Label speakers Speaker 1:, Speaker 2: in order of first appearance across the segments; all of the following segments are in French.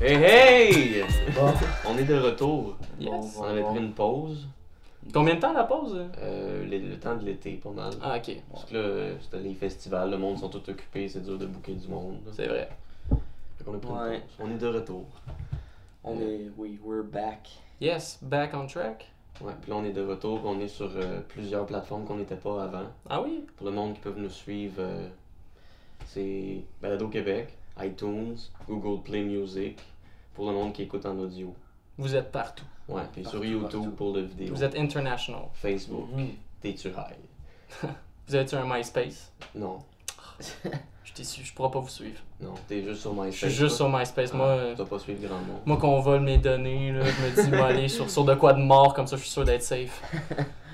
Speaker 1: Hey hey!
Speaker 2: Bon,
Speaker 1: On est de retour.
Speaker 3: Yes.
Speaker 1: On avait pris une pause.
Speaker 3: Combien de temps la pause?
Speaker 1: euh, le, le temps de l'été, pas mal.
Speaker 3: Ah, ok.
Speaker 1: Parce que là, c'était les festivals, le monde sont tout occupés, c'est dur de bouquer du monde. là.
Speaker 3: C'est vrai.
Speaker 1: Fait qu'on a pris
Speaker 2: Ouais.
Speaker 1: une pause. On est de retour.
Speaker 2: on est. Oui, we're back.
Speaker 3: Yes, back on track.
Speaker 1: Ouais, puis là, on est de retour. On est sur euh, plusieurs plateformes qu'on n'était pas avant.
Speaker 3: Ah oui?
Speaker 1: Pour le monde qui peut nous suivre, euh, c'est Balado Québec, iTunes, Google Play Music. Pour le monde qui écoute en audio.
Speaker 3: Vous êtes partout.
Speaker 1: Ouais, puis sur
Speaker 2: Partout,
Speaker 1: YouTube
Speaker 2: partout.
Speaker 1: pour le vidéo.
Speaker 3: Vous êtes international.
Speaker 1: Facebook,
Speaker 2: Mhm.
Speaker 1: t'es tu railles.
Speaker 3: Vous êtes sur un MySpace.
Speaker 1: Non,
Speaker 3: Je t'ai su, je pourrais pas vous suivre.
Speaker 1: non, t'es juste sur MySpace.
Speaker 3: Je suis juste
Speaker 1: toi.
Speaker 3: sur MySpace.
Speaker 1: Ah,
Speaker 3: Moi, euh,
Speaker 1: T'as pas suivi grand monde.
Speaker 3: moi qu'on vole mes données, là, je me dis, bon, allez, sur, sur de quoi de mort, comme ça, je suis sûr d'être safe.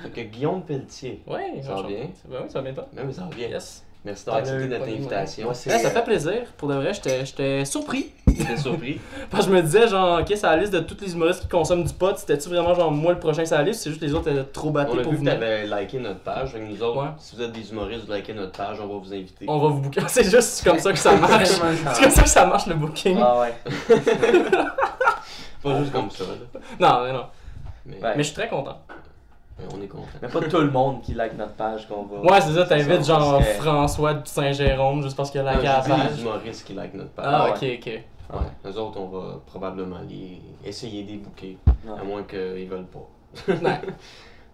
Speaker 1: Fait que Guillaume Pelletier.
Speaker 3: Ouais,
Speaker 1: Ça va
Speaker 3: je-
Speaker 1: bien?
Speaker 3: Ben oui, ça va bien, toi?
Speaker 1: Non, mais ça revient.
Speaker 3: Yes. Ah,
Speaker 1: Merci d'avoir
Speaker 3: Salut,
Speaker 1: accepté notre
Speaker 3: Pauline,
Speaker 1: invitation. Eh,
Speaker 2: ouais.
Speaker 1: C'est
Speaker 3: Ouais, ça fait plaisir. Pour de vrai, j'étais- j'étais surpris.
Speaker 1: J'étais surpris.
Speaker 3: Parce que je me disais, genre, ok, c'est la liste de tous les humoristes qui consomment du pot. C'était-tu vraiment, genre, moi le prochain sur la liste? C'est juste les autres étaient trop
Speaker 1: On
Speaker 3: battés
Speaker 1: a
Speaker 3: Ah, pour
Speaker 1: vu que
Speaker 3: venir.
Speaker 1: t'avais liké notre page. Fait que nous autres,
Speaker 3: Ouais.
Speaker 1: si vous êtes des humoristes, vous likez notre page, on va vous inviter.
Speaker 3: On va vous booker. C'est juste comme ça que ça marche. C'est comme ça que ça marche le booking.
Speaker 2: Ah ouais.
Speaker 1: Pas juste comme ça, là.
Speaker 3: Non, mais non.
Speaker 1: Mais,
Speaker 2: Ouais.
Speaker 3: Mais je suis très content.
Speaker 1: mais on est content.
Speaker 2: Mais pas tout le monde qui like notre page qu'on va.
Speaker 3: Ouais, c'est ça, t'invites
Speaker 2: ça,
Speaker 3: genre
Speaker 2: parce que-
Speaker 3: François de Saint-Jérôme juste parce qu'il a la
Speaker 1: je dis les
Speaker 3: page.
Speaker 1: humoristes qui like notre page.
Speaker 3: Ah,
Speaker 2: Ah
Speaker 3: ok, ok.
Speaker 1: ouais. Nous autres, on va probablement les essayer des bouquets.
Speaker 2: Non.
Speaker 1: À moins qu'ils veulent pas.
Speaker 3: Ouais.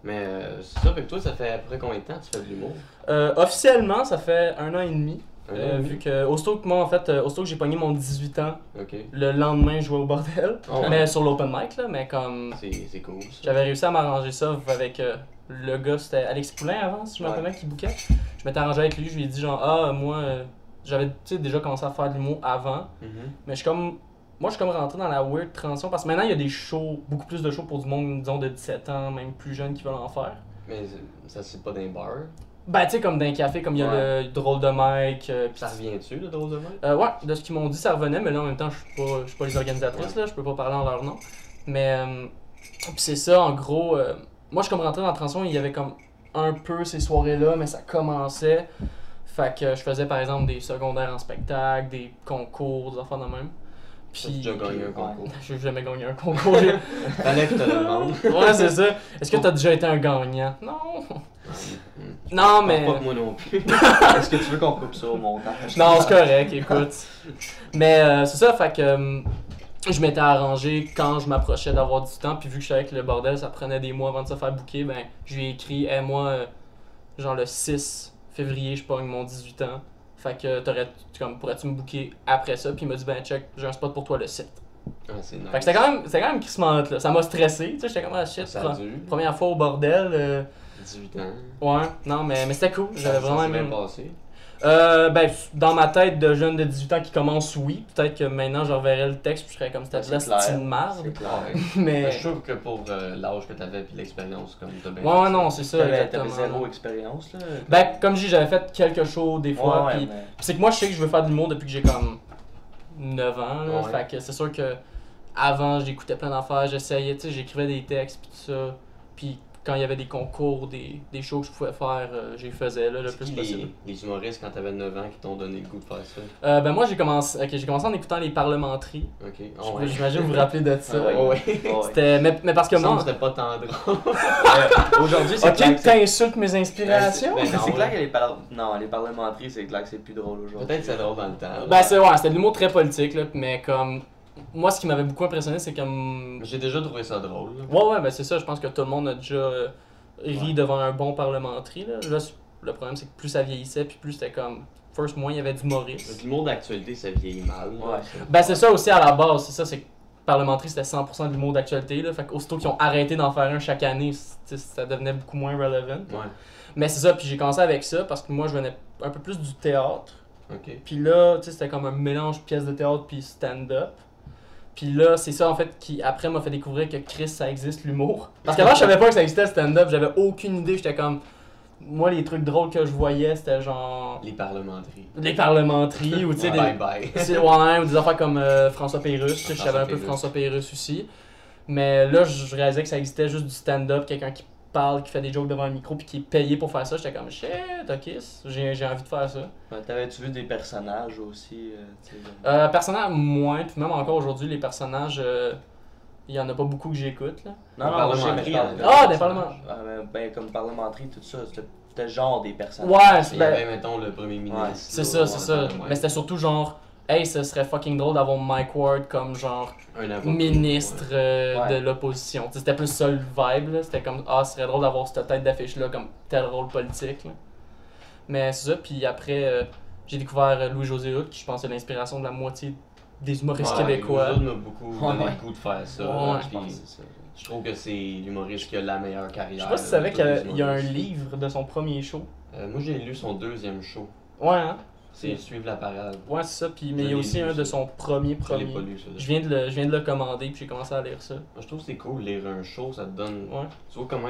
Speaker 1: Mais euh, c'est ça, fait que toi, ça fait après combien de temps que tu fais de l'humour
Speaker 3: Euh, officiellement, ça fait un an et demi.
Speaker 1: Un
Speaker 3: euh,
Speaker 1: an et
Speaker 3: vu que, aussitôt que moi, en fait, euh, aussitôt que j'ai pogné mon 18 ans,
Speaker 1: Ok.
Speaker 3: le lendemain, je jouais au bordel.
Speaker 1: Oh, ouais.
Speaker 3: Mais sur l'open mic, là, mais comme.
Speaker 1: C'est c'est cool. ça.
Speaker 3: J'avais réussi à m'arranger ça avec euh, le gars, c'était Alex Poulain avant, si je me
Speaker 1: Ouais.
Speaker 3: rappelle bien, qui bouquait. Je m'étais arrangé avec lui, je lui ai dit genre, ah, moi, euh, j'avais tu sais, déjà commencé à faire de l'humour avant.
Speaker 1: Mhm.
Speaker 3: Mais je suis comme. Moi, je suis comme rentré dans la weird transition parce que maintenant, il y a des shows, beaucoup plus de shows pour du monde, disons, de 17 ans, même plus jeunes qui veulent en faire.
Speaker 1: Mais ça, c'est pas d'un bar.
Speaker 3: Ben, tu sais, comme d'un café, comme il y a
Speaker 1: Ouais.
Speaker 3: le drôle de Mike. euh, pis-
Speaker 1: Ça revient-tu, le drôle de mec
Speaker 3: Euh, ouais, de ce qu'ils m'ont dit, ça revenait, mais là, en même temps, je suis pas, je suis pas les organisatrices, là, je peux pas parler en leur nom. Mais euh, pis c'est ça, en gros. euh, moi, je suis comme rentré dans la transition, il y avait comme un peu ces soirées-là, mais ça commençait. Fait que euh, je faisais, par exemple, des secondaires en spectacle, des concours, des affaires de même.
Speaker 1: T'as
Speaker 3: Puis.
Speaker 1: déjà gagné un
Speaker 2: ouais.
Speaker 1: concours.
Speaker 3: J'ai jamais gagné un concours. j'ai-
Speaker 1: Fallait que je te le demande.
Speaker 3: ouais, c'est ça. Est-ce que t'as déjà été un gagnant? Non.
Speaker 1: Hmm.
Speaker 3: Non,
Speaker 1: Pas-
Speaker 3: mais.
Speaker 1: Pas que moi non plus.
Speaker 2: Est-ce que tu veux qu'on coupe ça au montage
Speaker 3: Non, c'est correct, écoute. Mais euh, c'est ça, fait que euh, je m'étais arrangé quand je m'approchais d'avoir du temps. Puis vu que je savais que le bordel, ça prenait des mois avant de se faire bouquer, ben, je lui ai écrit, Eh, moi, euh, genre le 6 février, je pogne mon 18 ans. Fait que t'aurais, tu- comme, pourrais-tu me bouquer après ça? Puis il m'a dit, ben, check, j'ai un spot pour toi le 7.
Speaker 1: Ah, c'est nice.
Speaker 3: Fait que c'était quand même, c'était quand même crissement hot, là. Ça m'a stressé, tu sais, j'étais comme, ah shit,
Speaker 1: Ça
Speaker 3: pre-
Speaker 1: a dû.
Speaker 3: première fois au bordel. euh,
Speaker 1: 18 ans.
Speaker 3: Ouais, non, mais, mais c'était cool. J'avais vraiment
Speaker 1: Ça s'est
Speaker 3: aimé.
Speaker 1: bien passé.
Speaker 3: Euh, ben, dans ma tête de jeune de 18 ans qui commence, oui. Peut-être que maintenant, je reverrai le texte puis je serais comme c'était de la
Speaker 2: C'est clair.
Speaker 3: style de
Speaker 2: C'est
Speaker 3: marde.
Speaker 2: clair.
Speaker 1: Mais
Speaker 3: Mais.
Speaker 1: je trouve que pour euh, l'âge que t'avais puis l'expérience, comme t'as bien
Speaker 3: Ouais, ouais, non, c'est ça,
Speaker 2: T'avais t'avais zéro
Speaker 3: exactement.
Speaker 2: expérience là.
Speaker 3: Ben, comme je dis, j'avais fait quelques shows des fois.
Speaker 2: ouais,
Speaker 3: puis-
Speaker 2: mais-
Speaker 3: puis c'est que moi, je sais que je veux faire de l'humour depuis que j'ai comme 9 ans. là.
Speaker 1: Ouais.
Speaker 3: Fait que c'est sûr que avant, j'écoutais plein d'affaires, j'essayais, tu sais, j'écrivais des textes puis tout ça. Puis quand il y avait des concours, des, des shows que je pouvais faire, euh, j'y faisais là, le
Speaker 1: C'est
Speaker 3: plus
Speaker 1: qui
Speaker 3: possible.
Speaker 1: les, les humoristes quand t'avais 9 ans qui t'ont donné le goût de faire ça.
Speaker 3: Euh, ben, moi, j'ai commencé, ok, j'ai commencé en écoutant les parlementeries.
Speaker 1: Ok. Ah
Speaker 3: Je-
Speaker 1: ouais.
Speaker 3: J'imagine vous vous rappelez de ça.
Speaker 2: Ah ouais.
Speaker 1: Ah ouais.
Speaker 2: Ouais.
Speaker 3: C'était, mais, mais parce que
Speaker 1: Il me semble
Speaker 3: moi.
Speaker 1: que c'était pas tant drôle.
Speaker 2: Ouais. Aujourd'hui, c'est
Speaker 3: Ok,
Speaker 2: clair que c'est-
Speaker 3: t'insultes mes inspirations.
Speaker 1: Ben,
Speaker 2: Mais
Speaker 1: Non,
Speaker 2: c'est
Speaker 1: ouais.
Speaker 2: clair que les par- non, les parlementeries, c'est clair que c'est plus drôle aujourd'hui.
Speaker 1: Peut-être que c'est drôle dans le temps.
Speaker 3: Ben, c'est ouais, c'était de l'humour très politique, là, mais comme. Moi, ce qui m'avait beaucoup impressionné, c'est comme.
Speaker 1: J'ai déjà trouvé ça drôle. là.
Speaker 3: Ouais, ouais, ben c'est ça, je pense que tout le monde a déjà euh, ri
Speaker 1: Ouais.
Speaker 3: devant un bon parlementaire. Là. Là, c- le problème, c'est que plus ça vieillissait, puis plus c'était comme. First, moins il y avait du Maurice.
Speaker 1: L'humour d'actualité, ça vieillit mal. là.
Speaker 2: Ouais.
Speaker 3: Ben, c'est ça aussi à la base, c'est ça, c'est que parlementaire, c'était 100% de l'humour d'actualité, là. Fait qu'aussitôt qu'ils ont arrêté d'en faire un chaque année, c- tu sais, ça devenait beaucoup moins relevant.
Speaker 1: Ouais.
Speaker 3: Mais c'est ça, puis j'ai commencé avec ça parce que moi, je venais un peu plus du théâtre.
Speaker 1: Ok.
Speaker 3: Puis là, tu sais, c'était comme un mélange pièce de théâtre puis stand-up. Puis là, c'est ça en fait qui après m'a fait découvrir que Chris, ça existe l'humour. Parce qu'avant, je savais pas que ça existait le stand-up, j'avais aucune idée, j'étais comme. Moi, les trucs drôles que je voyais, c'était genre.
Speaker 1: Les parlementeries.
Speaker 3: Les parlementeries ou tu sais, des.
Speaker 1: Bye bye.
Speaker 3: C'est- ouais, ou des affaires comme euh, François Pérusse. tu sais, Je
Speaker 1: François
Speaker 3: savais un peu
Speaker 1: Pérusse.
Speaker 3: François Pérusse aussi. Mais là, je je réalisais que ça existait juste du stand-up, quelqu'un qui parle, qui fait des jokes devant un micro, puis qui est payé pour faire ça, j'étais comme shit, ok, j'ai j'ai envie de faire ça.
Speaker 2: Ouais, T'avais-tu vu des personnages aussi euh, tu sais, comme-
Speaker 3: Euh, personnage, moins, puis même encore aujourd'hui, les personnages, euh, il y en a pas beaucoup que j'écoute. là.
Speaker 2: Non, non,
Speaker 1: Parlementary,
Speaker 2: j'ai mais je parle de-
Speaker 1: là.
Speaker 3: Ah, des parlements.
Speaker 2: Ah, ben, ben, comme parlementerie, tout ça, c'était c'était genre des personnages.
Speaker 3: Ouais, c'est-
Speaker 1: Il y
Speaker 3: ben,
Speaker 1: avait, mettons, le premier ministre.
Speaker 2: Ouais,
Speaker 3: c'est ça, c'est ça. Mais c'était surtout genre, hey, ce serait fucking drôle d'avoir Mike Ward comme genre
Speaker 1: un avocat.
Speaker 3: ministre euh,
Speaker 2: Ouais.
Speaker 3: de l'opposition. Tu sais, C'était plus ça le vibe, là. c'était comme ah, ce serait drôle d'avoir cette tête d'affiche-là comme tel rôle politique. là. Mais c'est ça, puis après, euh, j'ai découvert euh, Louis-José Hood, qui je pense est l'inspiration de la moitié des humoristes
Speaker 1: Ouais,
Speaker 3: québécois.
Speaker 1: nous autres, on a beaucoup donné
Speaker 2: Ouais.
Speaker 1: le goût de faire ça.
Speaker 3: Ouais,
Speaker 1: là,
Speaker 2: je
Speaker 1: puis
Speaker 2: pense que c'est ça.
Speaker 1: je trouve que c'est l'humoriste qui a la meilleure
Speaker 3: Je
Speaker 1: carrière.
Speaker 3: sais pas si tu
Speaker 1: là,
Speaker 3: savais
Speaker 1: de
Speaker 3: qu'il y a-
Speaker 1: tous les
Speaker 3: il y a un
Speaker 1: humoristes.
Speaker 3: livre de son premier show.
Speaker 1: Euh, moi, j'ai lu son deuxième show.
Speaker 3: Ouais, hein?
Speaker 1: C'est Suivre la parade.
Speaker 3: Ouais, c'est ça, puis,
Speaker 1: Je
Speaker 3: mais il y a
Speaker 1: l'ai
Speaker 3: aussi
Speaker 1: lu,
Speaker 3: un de
Speaker 1: ça.
Speaker 3: son premier
Speaker 1: Je l'ai
Speaker 3: premier.
Speaker 1: pas lu, ça.
Speaker 3: Je viens, de le, je viens de le commander, puis j'ai commencé à lire ça.
Speaker 1: Moi, je trouve que c'est cool, lire un show, ça te donne.
Speaker 3: Ouais.
Speaker 1: Tu vois comment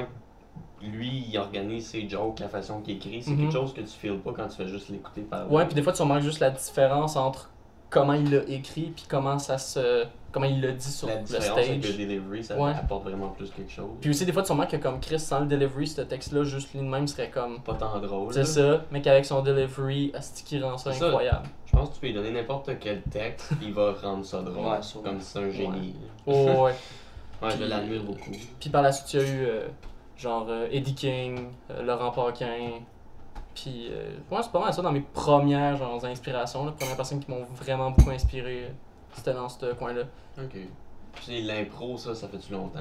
Speaker 1: lui, il organise ses jokes, la façon qu'il écrit. C'est
Speaker 3: Mhm.
Speaker 1: quelque chose que tu files pas quand tu fais juste l'écouter par
Speaker 3: Ouais, puis des fois, tu remarques juste la différence entre comment il l'a écrit, puis comment ça se. comment il le dit sur
Speaker 1: la
Speaker 3: le
Speaker 1: différence avec le
Speaker 3: stage.
Speaker 1: delivery, ça
Speaker 3: Ouais.
Speaker 1: apporte vraiment plus quelque chose.
Speaker 3: Puis aussi, des fois, tu remarques que comme Chris, sans le delivery, ce texte-là, juste lui-même serait comme.
Speaker 1: Pas tant drôle.
Speaker 3: C'est
Speaker 1: là.
Speaker 3: ça, mais qu'avec son delivery, Asti qui rend ça
Speaker 1: C'est ça.
Speaker 3: incroyable.
Speaker 1: Je pense que tu peux lui donner n'importe quel texte, il va rendre ça drôle.
Speaker 2: Ouais, sûrement.
Speaker 1: comme si c'est un génie.
Speaker 3: Oh, ouais.
Speaker 1: Ouais, je
Speaker 3: Puis-
Speaker 1: l'admire beaucoup.
Speaker 3: Puis par la suite, il y a eu euh, genre euh, Eddie King, euh, Laurent Paquin. Puis euh, ouais, c'est pas mal ça dans mes premières genre, inspirations. Les premières personnes qui m'ont vraiment beaucoup inspiré, euh, c'était dans ce coin-là.
Speaker 1: Ok. Puis l'impro, ça, ça fait-tu longtemps?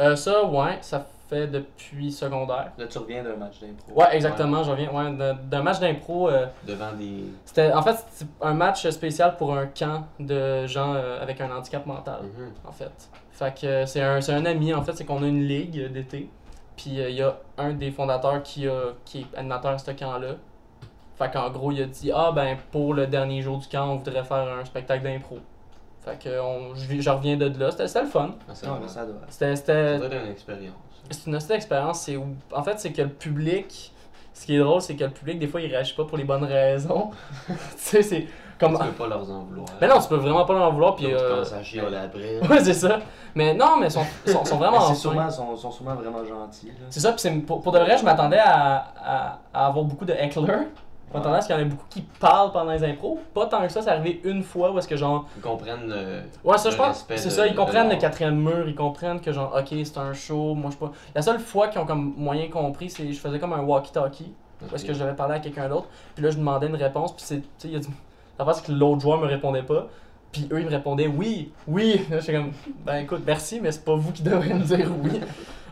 Speaker 3: Euh, ça, ouais, ça fait depuis secondaire.
Speaker 2: Là, tu reviens d'un match d'impro.
Speaker 3: Ouais, exactement, j'en viens. Ouais, d'un- d'un match d'impro. euh,
Speaker 1: Devant des.
Speaker 3: c'était en fait c'est un match spécial pour un camp de gens euh, avec un handicap mental.
Speaker 1: Mhm.
Speaker 3: en fait. Fait que euh, c'est un, c'est un ami, en fait, c'est qu'on a une ligue euh, d'été. Puis euh, il y a un des fondateurs qui, a, qui est animateur à ce camp-là. Fait qu'en gros, il a dit Ah, ben pour le dernier jour du camp, on voudrait faire un spectacle d'impro. Fait que euh, on, je, vis- je reviens de de là. C'était c'était le fun.
Speaker 1: Ah, ça,
Speaker 2: Non,
Speaker 1: va.
Speaker 2: mais ça doit.
Speaker 3: C'était-
Speaker 1: Ça
Speaker 3: C'était
Speaker 1: doit être une expérience.
Speaker 3: c'est une autre expérience. c'est où- En fait, c'est que le public. Ce qui est drôle, c'est que le public, des fois, il réagit pas pour les bonnes raisons. tu sais, c'est comme. ah.
Speaker 1: Tu peux pas leur en vouloir.
Speaker 3: Mais non, tu peux vraiment pas leur vouloir. Puis.
Speaker 1: L'autre
Speaker 3: euh,
Speaker 1: commence à chialer après.
Speaker 3: Ouais, c'est ça. Mais non, mais ils sont, sont, sont
Speaker 2: Mais
Speaker 3: vraiment
Speaker 2: c'est
Speaker 3: fins.
Speaker 2: sûrement, sont, sont sûrement vraiment gentils. Là.
Speaker 3: C'est ça, puis c'est- pour, pour de vrai, je m'attendais à, à, à avoir beaucoup de hecklers. Je m'attendais à ce qu'il y en ait beaucoup qui parlent pendant les impros. Pas tant que ça, c'est arrivé une fois où est-ce que genre.
Speaker 1: Ils comprennent. euh,
Speaker 3: Ouais, ça
Speaker 1: Le
Speaker 3: je pense.
Speaker 1: respect
Speaker 3: C'est
Speaker 1: de-
Speaker 3: ça, ils
Speaker 1: de
Speaker 3: comprennent le
Speaker 1: l'art.
Speaker 3: quatrième mur, ils comprennent que genre, ok, c'est un show, moi je sais pas. La seule fois qu'ils ont comme moyen compris, c'est je faisais comme un walkie-talkie. où est-ce que j'avais parlé à quelqu'un d'autre, puis là je demandais une réponse, puis c'est. Tu sais, il y a du. L'affaire, c'est que l'autre joueur me répondait pas. Puis eux, ils me répondaient oui, oui. Là, J'étais comme, ben écoute, merci, mais c'est pas vous qui devrez me dire oui.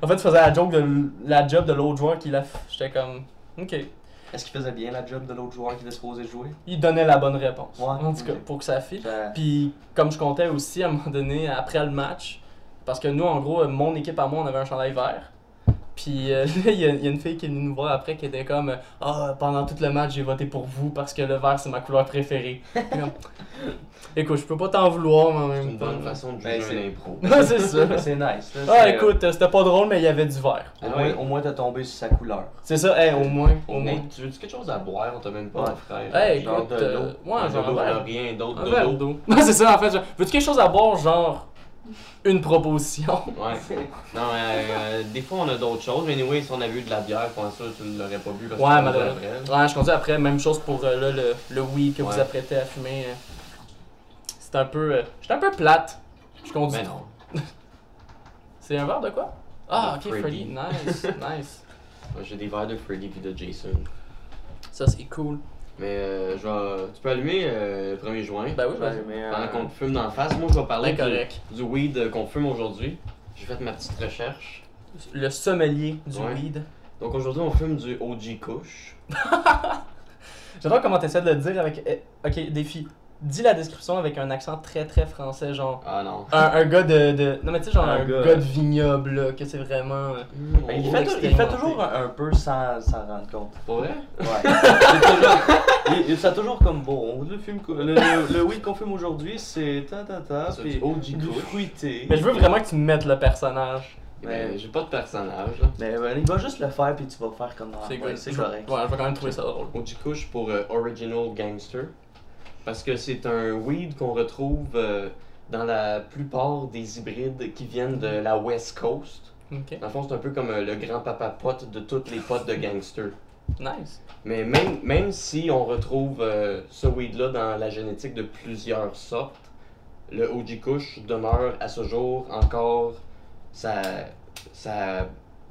Speaker 3: En fait, je faisais la joke de l- la job de l'autre joueur qui l'a. f- J'étais comme, ok.
Speaker 2: Est-ce qu'il faisait bien la job de l'autre joueur qui était supposé jouer
Speaker 3: Il donnait la bonne réponse.
Speaker 2: Ouais, Ben,
Speaker 3: en tout cas,
Speaker 2: ok.
Speaker 3: pour que ça file.
Speaker 2: Ça-
Speaker 3: Puis, comme je comptais aussi, à un moment donné, après le match, parce que nous, en gros, euh, mon équipe à moi, on avait un chandail vert. Puis euh, là, il y, a- il y a une fille qui est venue nous voir après qui était comme euh, Ah, pendant tout le match, j'ai voté pour vous parce que le vert, c'est ma couleur préférée. Puis comme, Écoute, je peux pas t'en vouloir, mais en
Speaker 1: C'est
Speaker 3: même
Speaker 1: une
Speaker 3: temps.
Speaker 1: bonne façon de
Speaker 2: Ben,
Speaker 1: juger
Speaker 2: c'est-
Speaker 1: un impro.
Speaker 3: Ouais, c'est ça.
Speaker 2: C'est nice. là,
Speaker 3: Ah,
Speaker 2: c'est-
Speaker 3: écoute, euh, c'était pas drôle, mais il y avait du vert.
Speaker 1: Ah
Speaker 2: Au moins, au moins, t'as tombé sur sa couleur.
Speaker 3: C'est ça, hey, au moins. Au
Speaker 1: Au
Speaker 3: moins.
Speaker 1: tu veux-tu quelque chose à boire? On t'a même pas
Speaker 2: Ouais.
Speaker 1: offert.
Speaker 3: Hey,
Speaker 1: Genre
Speaker 3: écoute,
Speaker 1: de l'eau.
Speaker 3: euh, ouais,
Speaker 1: De
Speaker 3: genre
Speaker 1: l'eau,
Speaker 3: un
Speaker 1: on a
Speaker 3: verre.
Speaker 1: rien d'autre
Speaker 3: Un
Speaker 1: de
Speaker 3: verre
Speaker 1: l'eau.
Speaker 3: d'eau. c'est ça, en fait. genre, Veux-tu quelque chose à boire, genre une proposition
Speaker 1: Ouais. Non, euh, euh, des fois on a d'autres choses, mais anyway, si on avait eu de la bière, pour ça, tu l'aurais pas bu parce
Speaker 3: Ouais,
Speaker 1: que tu
Speaker 3: malheureux.
Speaker 1: l'aurais après.
Speaker 3: Ouais, je conduis après, même chose pour euh, là, le, le weed que vous
Speaker 1: Ouais.
Speaker 3: apprêtez à fumer. euh. C'est un peu. euh, J'étais un peu plate. Je conduis
Speaker 1: Mais
Speaker 3: trop.
Speaker 1: non.
Speaker 3: C'est un verre de quoi Ah,
Speaker 1: De
Speaker 3: ok, Freddy.
Speaker 1: Freddy.
Speaker 3: Nice, nice.
Speaker 1: Moi, J'ai des verres de Freddy puis de Jason.
Speaker 3: Ça, c'est cool.
Speaker 1: Mais euh, je vais- tu peux allumer euh, le 1er juin.
Speaker 3: Ben oui, vas-y.
Speaker 2: Ouais, mais, euh,
Speaker 1: Pendant qu'on te fume d'en face, moi je vais parler
Speaker 3: Ben, correct.
Speaker 1: du, du weed euh, qu'on fume aujourd'hui. J'ai fait ma petite recherche.
Speaker 3: Le sommelier du
Speaker 1: Ouais.
Speaker 3: weed.
Speaker 1: Donc aujourd'hui on fume du OG Kush.
Speaker 3: J'adore comment t'essaies de le dire avec. eh, Ok, défi. Dis la description avec un accent très très français, genre.
Speaker 1: Ah non.
Speaker 3: Un, un gars de, de- Non, mais tu sais, genre un,
Speaker 2: Un
Speaker 3: gars,
Speaker 2: gars.
Speaker 3: de vignoble, là, que c'est vraiment. euh,
Speaker 2: ben, il, fait, il fait toujours un, un peu sans s'en rendre compte.
Speaker 1: Oh, Pour vrai?
Speaker 2: Ouais. C'est toujours- il- il- ça a toujours comme bon. Le, film, que- le, le, le weed qu'on fume aujourd'hui, c'est ta ta ta.
Speaker 1: C'est
Speaker 2: Ah, Puis
Speaker 1: du OG
Speaker 2: du
Speaker 1: Kush.
Speaker 2: fruité.
Speaker 3: Mais je veux vraiment que tu mettes le personnage.
Speaker 1: Mais j'ai pas de personnage là.
Speaker 2: Mais ben, il va juste le faire, puis tu vas faire comme dans
Speaker 3: cool.
Speaker 2: Ah, C'est
Speaker 3: Je-
Speaker 2: correct.
Speaker 3: Ouais, je vais quand même trouver ça drôle.
Speaker 1: OG Kush pour euh, Original Gangster. Parce que c'est un weed qu'on retrouve euh, dans la plupart des hybrides qui viennent de la West Coast.
Speaker 3: Ok.
Speaker 1: Dans le fond, c'est un peu comme euh, le grand-papa pote de toutes les potes de gangsters.
Speaker 3: Nice.
Speaker 1: Mais même, même si on retrouve euh, ce weed-là dans la génétique de plusieurs sortes, le OG Kush demeure à ce jour encore. Sa, sa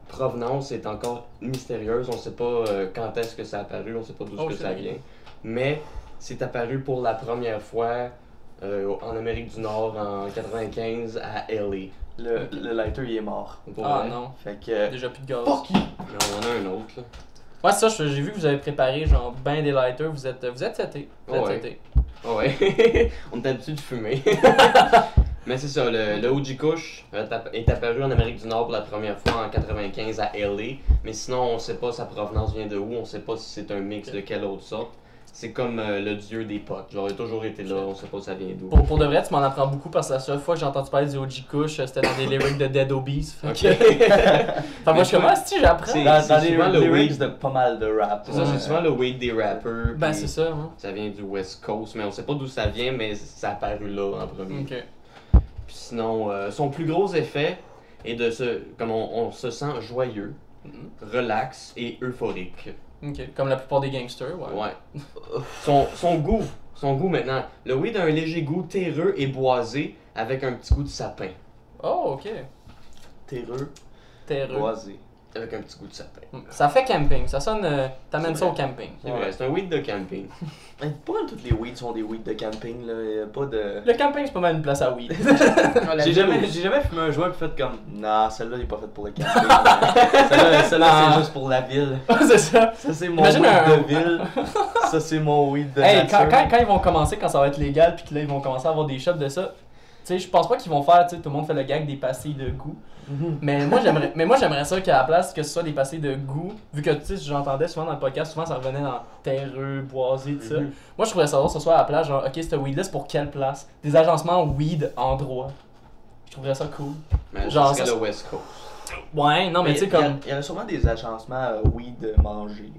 Speaker 1: provenance est encore mystérieuse. On ne sait pas euh, quand est-ce que ça a apparu, on ne sait pas d'où
Speaker 3: Oh,
Speaker 1: que
Speaker 3: c'est
Speaker 1: ça
Speaker 3: vrai.
Speaker 1: vient. Mais c'est apparu pour la première fois euh, en Amérique du Nord en 95 à LA.
Speaker 2: Le, le lighter, il est mort.
Speaker 1: Pour
Speaker 3: ah
Speaker 1: vrai.
Speaker 3: non.
Speaker 2: Fait que.
Speaker 3: Déjà plus de gaz.
Speaker 2: Fuck you!
Speaker 1: Mais on en a un autre. là.
Speaker 3: Ouais, ça, je- j'ai vu que vous avez préparé genre ben des lighters. Vous êtes, vous êtes setés. Vous êtes
Speaker 1: Ouais.
Speaker 3: setés.
Speaker 1: Ah Ouais, on est habitué de fumer. Mais c'est ça, le, le OG Kush euh, t'app- est apparu en Amérique du Nord pour la première fois en 95 à LA. Mais sinon, on sait pas sa provenance vient de où, on sait pas si c'est un mix de quelle autre sorte. C'est comme euh, le dieu des potes. Genre, il a toujours été là, on sait pas ça vient d'où.
Speaker 3: Pour, pour de vrai, tu m'en apprends beaucoup parce que la seule fois que j'ai entendu parler du OG Kush, euh, c'était dans des lyrics de Dead Obies. Fait
Speaker 1: Ok.
Speaker 3: que- Fait que moi, je suis comme, ah, si, j'apprends.
Speaker 1: C'est-
Speaker 2: Dans, dans les
Speaker 1: souvent le
Speaker 2: lyrics
Speaker 1: weed.
Speaker 2: de pas mal de rap.
Speaker 1: C'est ça,
Speaker 2: Ouais.
Speaker 1: c'est souvent le weed des rappers.
Speaker 3: Ben,
Speaker 1: puis
Speaker 3: c'est ça, hein.
Speaker 1: Ça vient du West Coast, mais on sait pas d'où ça vient, mais ça a apparu là en premier.
Speaker 3: Ok.
Speaker 1: Puis sinon, euh, son plus gros effet est de se. Comme on, on se sent joyeux,
Speaker 3: Mhm.
Speaker 1: Mm-hmm. relax et euphorique.
Speaker 3: Ok. Comme la plupart des gangsters, ouais.
Speaker 1: Ouais. Son, son goût, son goût maintenant. Le weed a un léger goût terreux et boisé avec un petit goût de sapin.
Speaker 3: Oh, ok.
Speaker 2: Terreux,
Speaker 3: Terreux.
Speaker 2: boisé.
Speaker 1: Avec un petit goût de sapin.
Speaker 3: Mm. Ça fait camping. Ça sonne. euh, T'amènes
Speaker 1: C'est
Speaker 3: ça au camping.
Speaker 1: C'est vrai, c'est un weed de camping.
Speaker 2: Hey, Pas mal toutes les weeds sont des weeds de camping, là. y a pas de.
Speaker 3: Le camping, c'est pas mal une place à weed.
Speaker 2: J'ai jamais, j'ai jamais fumé un joint et fait comme. Nah, celle-là, il est pas faite pour le camping. celle-là, celle-là, c'est juste pour la ville.
Speaker 3: c'est ça.
Speaker 2: Ça, c'est mon
Speaker 3: Imagine
Speaker 2: weed
Speaker 3: un-
Speaker 2: de ville. ça, c'est mon weed de
Speaker 3: Hey,
Speaker 2: nature.
Speaker 3: quand, quand, quand ils vont commencer, quand ça va être légal, puis que là, ils vont commencer à avoir des shops de ça, tu sais, je pense pas qu'ils vont faire, tu sais, tout le monde fait le gag des pastilles de goût.
Speaker 2: Mhm.
Speaker 3: Mais moi, j'aimerais, mais moi, j'aimerais ça qu'à la place que ce soit des pastilles de goût, vu que, tu sais, j'entendais souvent dans le podcast, souvent ça revenait dans terreux, boisé, tout ça.
Speaker 2: Mhm.
Speaker 3: Moi, je pourrais savoir ce soir à la place, genre, ok, ce weed-là, c'est pour quelle place Des agencements weed endroit. Je trouverais ça cool.
Speaker 1: Mais
Speaker 3: Genre,
Speaker 1: Genre, c'est
Speaker 3: ça-
Speaker 1: le West Coast.
Speaker 3: Ouais, non, mais tu sais, comme.
Speaker 2: Il y, a sûrement des agencements euh, weed mangés.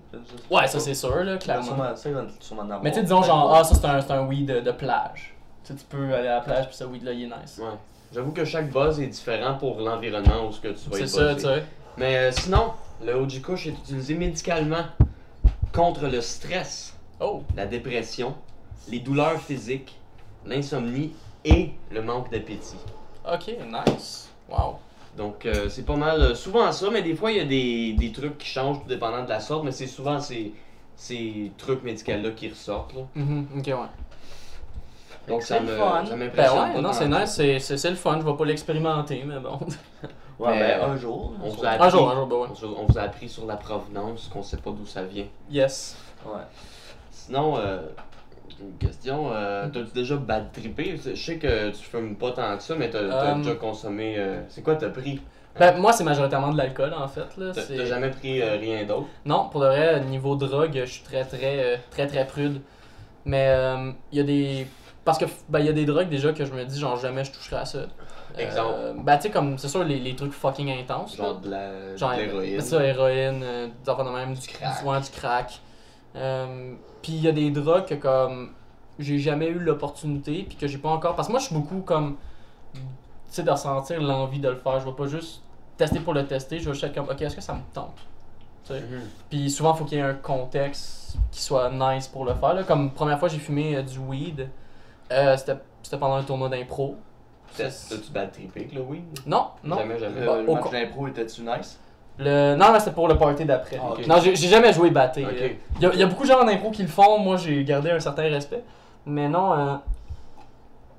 Speaker 3: Ouais, ça, c'est sûr, là,
Speaker 2: Il y en a
Speaker 3: clairement.
Speaker 2: sûrement- Ça, il va sûrement en avoir.
Speaker 3: Mais tu sais, disons genre, ah, ça c'est un, c'est un weed de, de plage. Tu sais, tu peux aller à la plage, puis ce weed là, il est nice.
Speaker 1: Ouais. J'avoue que chaque buzz est différent pour l'environnement où ce que tu vas
Speaker 3: c'est
Speaker 1: être
Speaker 3: ça,
Speaker 1: buzzé.
Speaker 3: tu sais.
Speaker 1: Mais euh, sinon, le OG Kush est utilisé médicalement contre le stress.
Speaker 3: Oh,
Speaker 1: la dépression, les douleurs physiques, l'insomnie et le manque d'appétit.
Speaker 3: ok, nice. Wow.
Speaker 1: Donc euh, c'est pas mal euh, souvent ça, mais des fois il y a des, des trucs qui changent tout dépendant de la sorte, mais c'est souvent ces, ces trucs médicaux-là qui ressortent. là.
Speaker 3: Mhm, ok, ouais.
Speaker 1: Donc
Speaker 2: C'est
Speaker 1: ça
Speaker 2: le
Speaker 1: me-
Speaker 2: fun.
Speaker 1: ça
Speaker 3: Ben
Speaker 1: m'impressionne.
Speaker 3: ouais,
Speaker 1: pas
Speaker 3: non,
Speaker 1: tant.
Speaker 3: c'est nice, c'est- c'est c'est le fun, je vais pas l'expérimenter, mais bon. ah,
Speaker 2: Ouais,
Speaker 1: Mais,
Speaker 2: ben, un jour.
Speaker 1: On vous, a
Speaker 2: Ouais.
Speaker 1: appris,
Speaker 3: Un jour, un jour, ben ouais.
Speaker 1: on vous- on vous a appris sur la provenance, qu'on sait pas d'où ça vient.
Speaker 3: Yes.
Speaker 1: Sinon, euh, une question,
Speaker 3: Mm-hmm.
Speaker 1: euh, t'as-tu déjà bad trippé? Je sais que tu fumes pas tant que ça, mais t'as t'as
Speaker 3: Euh,
Speaker 1: déjà consommé... euh, c'est quoi t'as pris?
Speaker 3: Ben, moi, c'est majoritairement de l'alcool, en fait, là.
Speaker 1: T'as
Speaker 3: c'est-
Speaker 1: t'as jamais pris euh, rien d'autre?
Speaker 3: Non, pour le vrai, niveau drogue, je suis très très euh, très très prude. Mais euh, il y a des parce que ben, il y a des drogues déjà que je me dis genre jamais je toucherai à ça. Euh,
Speaker 1: Exemple.
Speaker 3: ben tu sais comme c'est sûr les, les trucs fucking intenses.
Speaker 1: Genre
Speaker 3: là.
Speaker 1: de la-
Speaker 3: Genre,
Speaker 1: de l'héroïne.
Speaker 3: C'est ça, héroïne, euh, des enfants de même, du,
Speaker 1: crack.
Speaker 3: crack. Du, ouais, du crack. Euh, puis il y a des drogues que comme j'ai jamais eu l'opportunité puis que j'ai pas encore parce que moi je suis beaucoup comme tu sais de ressentir l'envie de le faire, je vais pas juste tester pour le tester, je vais juste être comme OK, est-ce que ça me tente
Speaker 1: Mhm.
Speaker 3: puis souvent, faut qu'il y ait un contexte qui soit nice pour le faire. Là. Comme première fois, j'ai fumé euh, du weed. Euh, c'était, c'était pendant un tournoi d'impro.
Speaker 1: T'as-
Speaker 3: C'est-
Speaker 1: T'as-tu bad trippé avec le weed?
Speaker 3: Non, non.
Speaker 1: Jamais,
Speaker 2: Le,
Speaker 1: jamais.
Speaker 3: Bah,
Speaker 2: Euh, le
Speaker 3: au
Speaker 2: match
Speaker 3: con-
Speaker 2: d'impro était-tu nice?
Speaker 3: Le... Non, là, c'était pour le party d'après.
Speaker 2: Ah,
Speaker 1: ok.
Speaker 3: Non, j'ai, j'ai jamais joué batté.
Speaker 1: Ok.
Speaker 3: Il y, a- y a beaucoup de gens en impro qui le font. Moi, j'ai gardé un certain respect. Mais non. euh,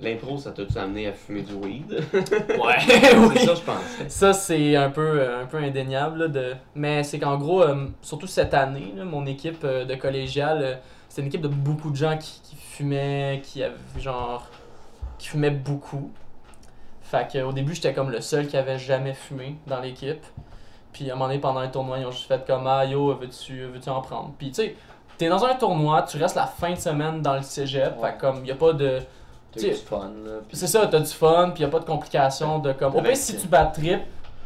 Speaker 1: L'impro, ça t'a-tu amené à fumer du weed?
Speaker 3: Ouais,
Speaker 1: C'est
Speaker 3: oui.
Speaker 1: ça, je pensais.
Speaker 3: Ça, c'est un peu, euh, un peu indéniable. là, de... Mais c'est qu'en gros, euh, surtout cette année, là, mon équipe euh, de collégiale, euh, c'était une équipe de beaucoup de gens qui, qui fumaient, qui avaient genre. qui fumaient beaucoup. Fait que, au début, j'étais comme le seul qui avait jamais fumé dans l'équipe. Puis à un moment donné, pendant un tournoi, ils ont juste fait comme Ah yo, veux-tu veux en prendre Puis tu sais, t'es dans un tournoi, tu restes la fin de semaine dans le cégep.
Speaker 2: Ouais.
Speaker 3: Fait que, comme, y a pas de.
Speaker 2: T'as
Speaker 3: Tu-
Speaker 2: eu du fun, là. puis-
Speaker 3: C'est ça, t'as du fun, pis y a pas de complications de comme. Au pire, si tu bats trip,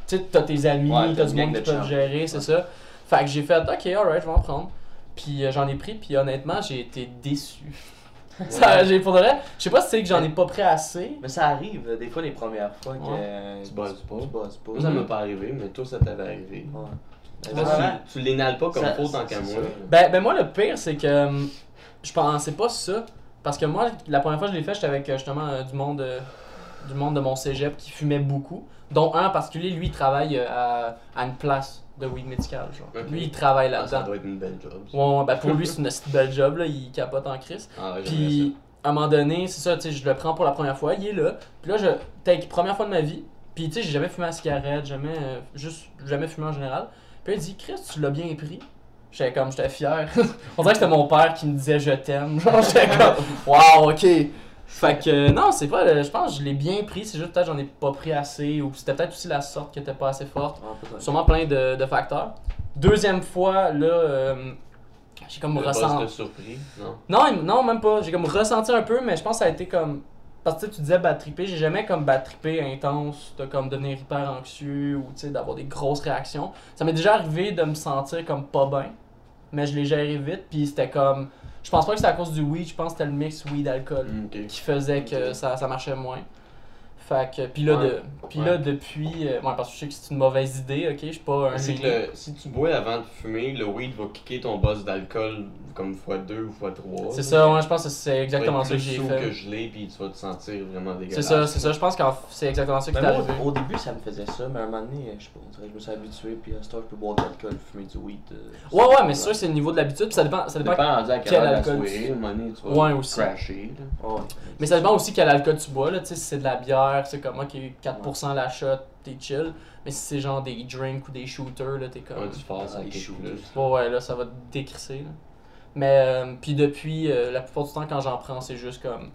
Speaker 3: tu sais, t'as tes amis,
Speaker 2: Ouais,
Speaker 3: t'as
Speaker 2: t'as
Speaker 3: du monde
Speaker 2: une gang
Speaker 3: qui
Speaker 2: de
Speaker 3: peut te
Speaker 2: chums.
Speaker 3: gérer, c'est
Speaker 2: Ouais.
Speaker 3: ça. Fait que j'ai fait, ok, alright, je vais en prendre. Puis euh, j'en ai pris, puis honnêtement, j'ai été déçu. Ça,
Speaker 2: Ouais.
Speaker 3: j'ai- pour de vrai, je sais pas si c'est que j'en ai pas pris assez.
Speaker 2: Mais ça arrive, euh, des fois, les premières fois que.
Speaker 3: Ouais.
Speaker 2: euh,
Speaker 1: Tu buzzes pas.
Speaker 2: Tu buzzes pas.
Speaker 1: Moi, ça m'est pas arrivé, mais toi, ça t'avait arrivé.
Speaker 2: Ouais.
Speaker 1: Tu-
Speaker 2: Mais
Speaker 3: Ah, Ouais.
Speaker 1: Tu, l'énales pas comme
Speaker 2: Ça-
Speaker 1: faut tant qu'à
Speaker 2: c'est
Speaker 1: moi.
Speaker 2: ça.
Speaker 3: Ben, ben moi, le pire, c'est que euh, je pensais pas ça. Parce que moi, la première fois que je l'ai fait, j'étais avec euh, justement euh, du monde euh, du monde de mon cégep qui fumait beaucoup. Dont un en particulier, lui, il travaille euh, à, à une place de weed médical. Genre.
Speaker 1: Ok.
Speaker 3: Lui, il travaille
Speaker 1: Ah, ça
Speaker 3: là-dedans.
Speaker 1: doit être une belle job. ça.
Speaker 3: Ouais, ouais, ben pour lui, c'est une petite belle job, là, il capote en crise.
Speaker 1: Ah ouais, j'aimerais
Speaker 3: Puis, à un moment donné, c'est ça, tu sais, je le prends pour la première fois, il est là. Puis là, je take première fois de ma vie. Puis, tu sais, j'ai jamais fumé à cigarette, jamais, euh, juste, jamais fumé en général. Puis, il dit, Chris, tu l'as bien pris. J'étais comme, j'étais fier. On dirait que c'était mon père qui me disait, je t'aime. Genre, j'étais comme, waouh, ok. Fait que, euh, non, c'est pas, le- je pense que je l'ai bien pris, c'est juste peut-être que j'en ai pas pris assez, ou c'était peut-être aussi la sorte qui était pas assez forte.
Speaker 2: Ouais, Ah, peut-être.
Speaker 3: Sûrement plein de, de facteurs. Deuxième fois, là, euh, j'ai comme
Speaker 1: ça. Le boss
Speaker 3: ressenti.
Speaker 1: t'a surpris, non?
Speaker 3: Non, il- non, même pas. J'ai comme ressenti un peu, mais je pense que ça a été comme. Parce que tu sais, tu disais bad tripper, j'ai jamais comme bad tripper intense, de comme devenir hyper anxieux ou tu sais, d'avoir des grosses réactions. Ça m'est déjà arrivé de me sentir comme pas bien, mais je l'ai géré vite, puis c'était comme. Je pense pas que c'est à cause du weed, je pense que c'était le mix weed-alcool
Speaker 1: Mm, ok.
Speaker 3: Euh, qui faisait que
Speaker 1: Ok.
Speaker 3: ça, ça marchait moins. Fait que, puis là,
Speaker 1: Ouais.
Speaker 3: de, puis
Speaker 1: Ouais.
Speaker 3: là depuis. euh, ouais, parce que je sais que c'est une mauvaise idée, ok? Je suis pas un.
Speaker 1: C'est que
Speaker 3: génie.
Speaker 1: le- si tu bois avant de fumer, le weed va kicker ton boss d'alcool comme x2 ou x3.
Speaker 3: C'est ça, ouais, je pense que c'est exactement ça que j'ai
Speaker 1: que
Speaker 3: fait.
Speaker 1: je l'ai, puis tu vas te sentir vraiment dégueulasse.
Speaker 3: C'est ça, c'est ça, je pense que c'est exactement ça qui
Speaker 2: Mais
Speaker 3: t'est
Speaker 2: moi,
Speaker 3: arrivé.
Speaker 2: au, au début, ça me faisait ça, mais à un moment donné, je sais pas, on dirait que je me suis habitué, puis à ce temps, je peux boire de l'alcool, fumer du weed. euh,
Speaker 3: Ouais, ouais, mais c'est sûr que c'est le niveau de l'habitude, puis ça dépend, ça
Speaker 1: Ça
Speaker 3: dépend,
Speaker 1: dépend rendu à
Speaker 3: quel
Speaker 1: quelle heure de la
Speaker 3: alcool
Speaker 1: soirée,
Speaker 3: tu-
Speaker 1: à un moment donné, tu vas
Speaker 3: Ouais, aussi.
Speaker 1: crasher, là.
Speaker 2: Ouais.
Speaker 3: mais ça dépend aussi quel alcool tu bois, là, tu sais, si c'est de la bière, c'est comme, ok, 4% la shot, t'es chill, mais si c'est genre des drinks ou des shooters, là, t'es
Speaker 1: Ouais,
Speaker 3: comme,
Speaker 1: tu fasses
Speaker 2: Ah,
Speaker 1: ça
Speaker 2: les
Speaker 1: kick
Speaker 2: choux.
Speaker 1: plus.
Speaker 3: ouais, ouais, là, ça va te décrisser, là. Mais, euh, puis depuis, euh, la plupart du temps, quand j'en prends, c'est juste comme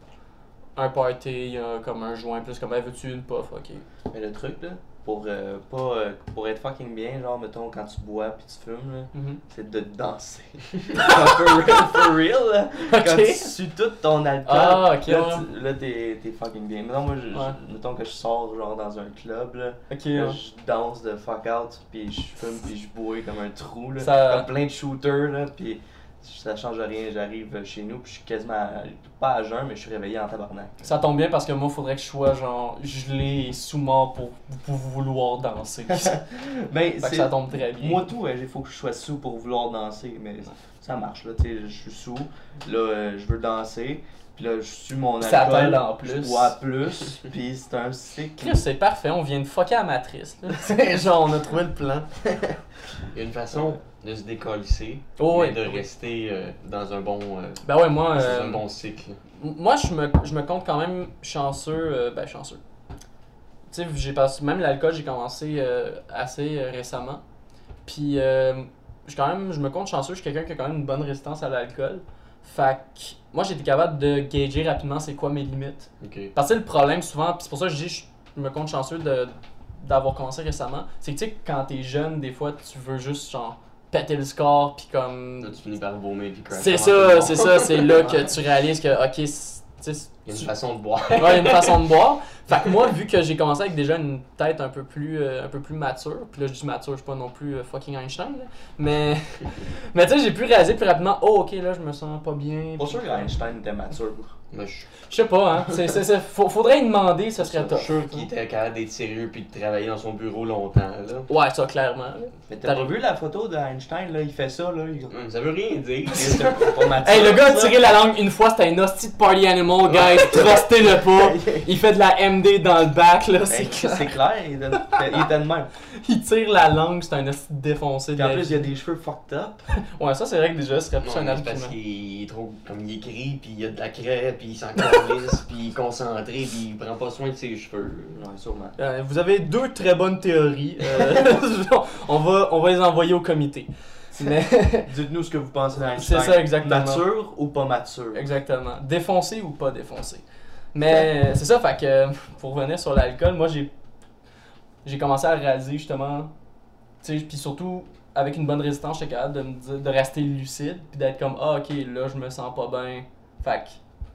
Speaker 3: un party, il y a comme un joint, plus comme, ben, veux-tu une puff, ok.
Speaker 2: Mais le truc, là, pour, euh, pas, euh, pour être fucking bien, genre, mettons, quand tu bois puis tu fumes, là,
Speaker 3: Mhm.
Speaker 2: c'est de danser. for real, for real, là. Quand
Speaker 3: Ok.
Speaker 2: tu sues tout ton alcool,
Speaker 3: Ah, ok,
Speaker 2: là,
Speaker 3: ouais.
Speaker 2: tu- là, t'es t'es fucking bien. Mettons, moi, je- je-
Speaker 3: Ouais.
Speaker 2: mettons que je sors, genre, dans un club, là,
Speaker 3: Ok,
Speaker 2: là,
Speaker 3: ouais.
Speaker 2: je danse de fuck out, puis je fume, puis je bois comme un trou, là,
Speaker 3: Ça-
Speaker 2: comme plein de shooters, là, puis ça change rien. J'arrive chez nous, puis je suis quasiment, à- pas à jeun, mais je suis réveillé en tabarnak.
Speaker 3: Ça tombe bien parce que moi, faudrait que je sois genre gelé et sous-mort pour, pour vouloir danser. fait
Speaker 2: Ben,
Speaker 3: que ça tombe très bien.
Speaker 2: Moi tout, il faut que je sois sous pour vouloir danser, mais ça marche là, tu sais, je suis sous, là euh, je veux danser, puis là je suis mon
Speaker 3: Ça
Speaker 2: alcool,
Speaker 3: t'aide en
Speaker 2: je
Speaker 3: plus.
Speaker 2: bois plus, puis c'est un cycle.
Speaker 3: Chris, c'est parfait, on vient de fucker la matrice. là. C'est genre, on a trouvé le plan.
Speaker 1: Il y a une façon de se décolisser,
Speaker 3: Oh,
Speaker 1: mais
Speaker 3: ouais.
Speaker 1: de rester euh, dans un bon, euh,
Speaker 3: Ben ouais, moi,
Speaker 1: dans
Speaker 3: euh,
Speaker 1: un bon cycle.
Speaker 3: moi je, me, je me compte quand même chanceux. euh, ben, chanceux. Tu sais, j'ai passé. Même l'alcool, j'ai commencé euh, assez euh, récemment. Puis, euh, je, quand même, je me compte chanceux, je suis quelqu'un qui a quand même une bonne résistance à l'alcool. Fait que, moi, j'étais capable de gager rapidement c'est quoi mes limites.
Speaker 1: Ok.
Speaker 3: Parce que le problème souvent, puis c'est pour ça que je dis je me compte chanceux de d'avoir commencé récemment, c'est que tu sais quand t'es jeune, des fois tu veux juste genre péter le score puis
Speaker 1: Là,
Speaker 3: comme
Speaker 1: tu finis par vomir puis crasher. en
Speaker 3: c'est
Speaker 1: tout
Speaker 3: ça,
Speaker 1: le
Speaker 3: c'est
Speaker 1: monde.
Speaker 3: ça, c'est là que tu réalises que OK, c'est- tu sais,
Speaker 1: Il y a
Speaker 3: tu-
Speaker 1: une façon de boire.
Speaker 3: Ouais, il y a une façon de boire. Fait que moi, vu que j'ai commencé avec déjà une tête un peu plus, euh, un peu plus mature, puis là je dis mature, je suis pas non plus euh, fucking Einstein, là. mais, mais tu sais, j'ai pu réaliser plus rapidement, oh ok, là je me sens pas bien.
Speaker 2: Pas sûr que Einstein était mature.
Speaker 1: Mais je suis
Speaker 3: Je sais pas, hein, c'est, c'est, c'est- faut- faudrait y demander, ce serait top.
Speaker 1: sûr qu'il était capable d'être sérieux puis de travailler dans son bureau longtemps. Là.
Speaker 3: Ouais, ça clairement. là.
Speaker 2: Mais t'as
Speaker 3: T'as-
Speaker 2: pas vu la photo d'Einstein là, il fait ça là, il
Speaker 1: Hum, Ça veut rien dire.
Speaker 2: C'est un peu pas mature.
Speaker 3: Hey, le gars a
Speaker 2: ça.
Speaker 3: tiré la langue une fois, c'était un hostie de party animal, guys. Trustez-le pas. Il fait de la MD dans le bac, là. C'est
Speaker 2: Hey,
Speaker 3: clair.
Speaker 2: C'est clair, il donne- il était de même.
Speaker 3: Il tire la langue, c'est un hostie de défoncé. de
Speaker 2: Puis en
Speaker 3: la
Speaker 2: plus,
Speaker 3: vie.
Speaker 2: il a des cheveux fucked up.
Speaker 3: Ouais, ça, c'est vrai que déjà, ce serait
Speaker 1: Non,
Speaker 3: plus un
Speaker 1: mais c'est parce
Speaker 3: argument.
Speaker 1: qu'il est trop. Comme il écrit, puis il a de la crêpe, puis il s'en calisse, puis il est concentré, puis il prend pas soin de ses cheveux.
Speaker 2: Ouais, sûrement.
Speaker 3: Euh, vous avez deux très bonnes théories. euh, on, va, on va les envoyer au comité. Mais,
Speaker 2: Dites-nous ce que vous pensez
Speaker 3: c'est
Speaker 2: d'Einstein.
Speaker 3: ça, exactement.
Speaker 2: Mature ou pas mature
Speaker 3: Exactement. Défoncé ou pas défoncé. Mais euh, c'est ça, fait que pour revenir sur l'alcool, moi j'ai j'ai commencé à réaliser justement, tu sais, puis surtout avec une bonne résistance, j'étais capable de me dire- de rester lucide, puis d'être comme ah ok là je me sens pas bien, fait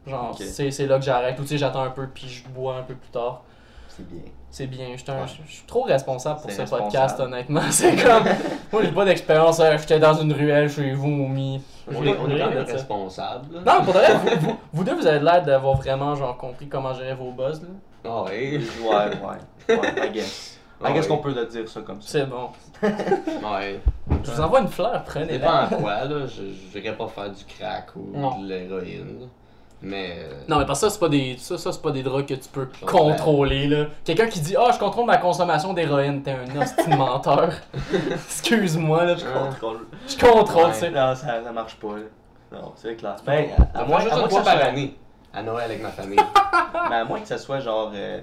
Speaker 3: que genre
Speaker 2: Ok.
Speaker 3: c'est c'est là que j'arrête ou tu sais j'attends un peu puis je bois un peu plus tard.
Speaker 2: C'est bien.
Speaker 3: C'est bien, je suis un-
Speaker 1: Ouais.
Speaker 3: je je suis trop responsable pour ce
Speaker 2: C'est
Speaker 3: podcast
Speaker 2: responsable.
Speaker 3: euh, honnêtement. C'est comme moi j'ai pas d'expérience, hein, j'étais dans une ruelle chez vous, Moumi.
Speaker 1: On
Speaker 3: J'ai
Speaker 1: est, on est
Speaker 3: rien
Speaker 1: quand même
Speaker 3: de ça.
Speaker 1: responsable. là.
Speaker 3: Non, pour de vrai, vous, vous- vous deux, vous avez l'air d'avoir vraiment genre compris comment gérer vos buzz. là.
Speaker 1: Ah
Speaker 2: Ouais,
Speaker 1: ouais. Ah
Speaker 2: ouais, ouais, I guess.
Speaker 3: Ah,
Speaker 2: I guess
Speaker 1: Ouais.
Speaker 2: qu'on peut le dire ça comme ça.
Speaker 3: C'est bon.
Speaker 1: Ouais.
Speaker 3: Je vous envoie une fleur,
Speaker 1: Ça
Speaker 3: prenez-la.
Speaker 1: dépend en quoi, là. Je je dirais pas faire du crack ou
Speaker 3: Non.
Speaker 1: de l'héroïne. là. Mais. euh,
Speaker 3: Non, mais parce que ça, c'est pas des, ça, ça, c'est pas des drogues que tu peux
Speaker 1: Genre,
Speaker 3: contrôler, là. Quelqu'un qui dit, ah, je contrôle ma consommation d'héroïne, t'es un hostie de menteur. Excuse-moi, là.
Speaker 2: Je
Speaker 1: Hein.
Speaker 2: contrôle.
Speaker 3: Je contrôle,
Speaker 1: Ouais.
Speaker 3: tu
Speaker 2: C'est-
Speaker 3: sais.
Speaker 2: Non, ça, ça marche pas. là. Non, c'est clair.
Speaker 1: Ben,
Speaker 2: Ben,
Speaker 1: à
Speaker 2: à
Speaker 1: moi,
Speaker 2: moins
Speaker 1: juste
Speaker 2: à
Speaker 1: une
Speaker 2: moins que
Speaker 1: fois
Speaker 2: ça
Speaker 1: par
Speaker 2: soit-
Speaker 1: année. À Noël avec ma famille.
Speaker 2: ben, à moins que ça soit genre, euh,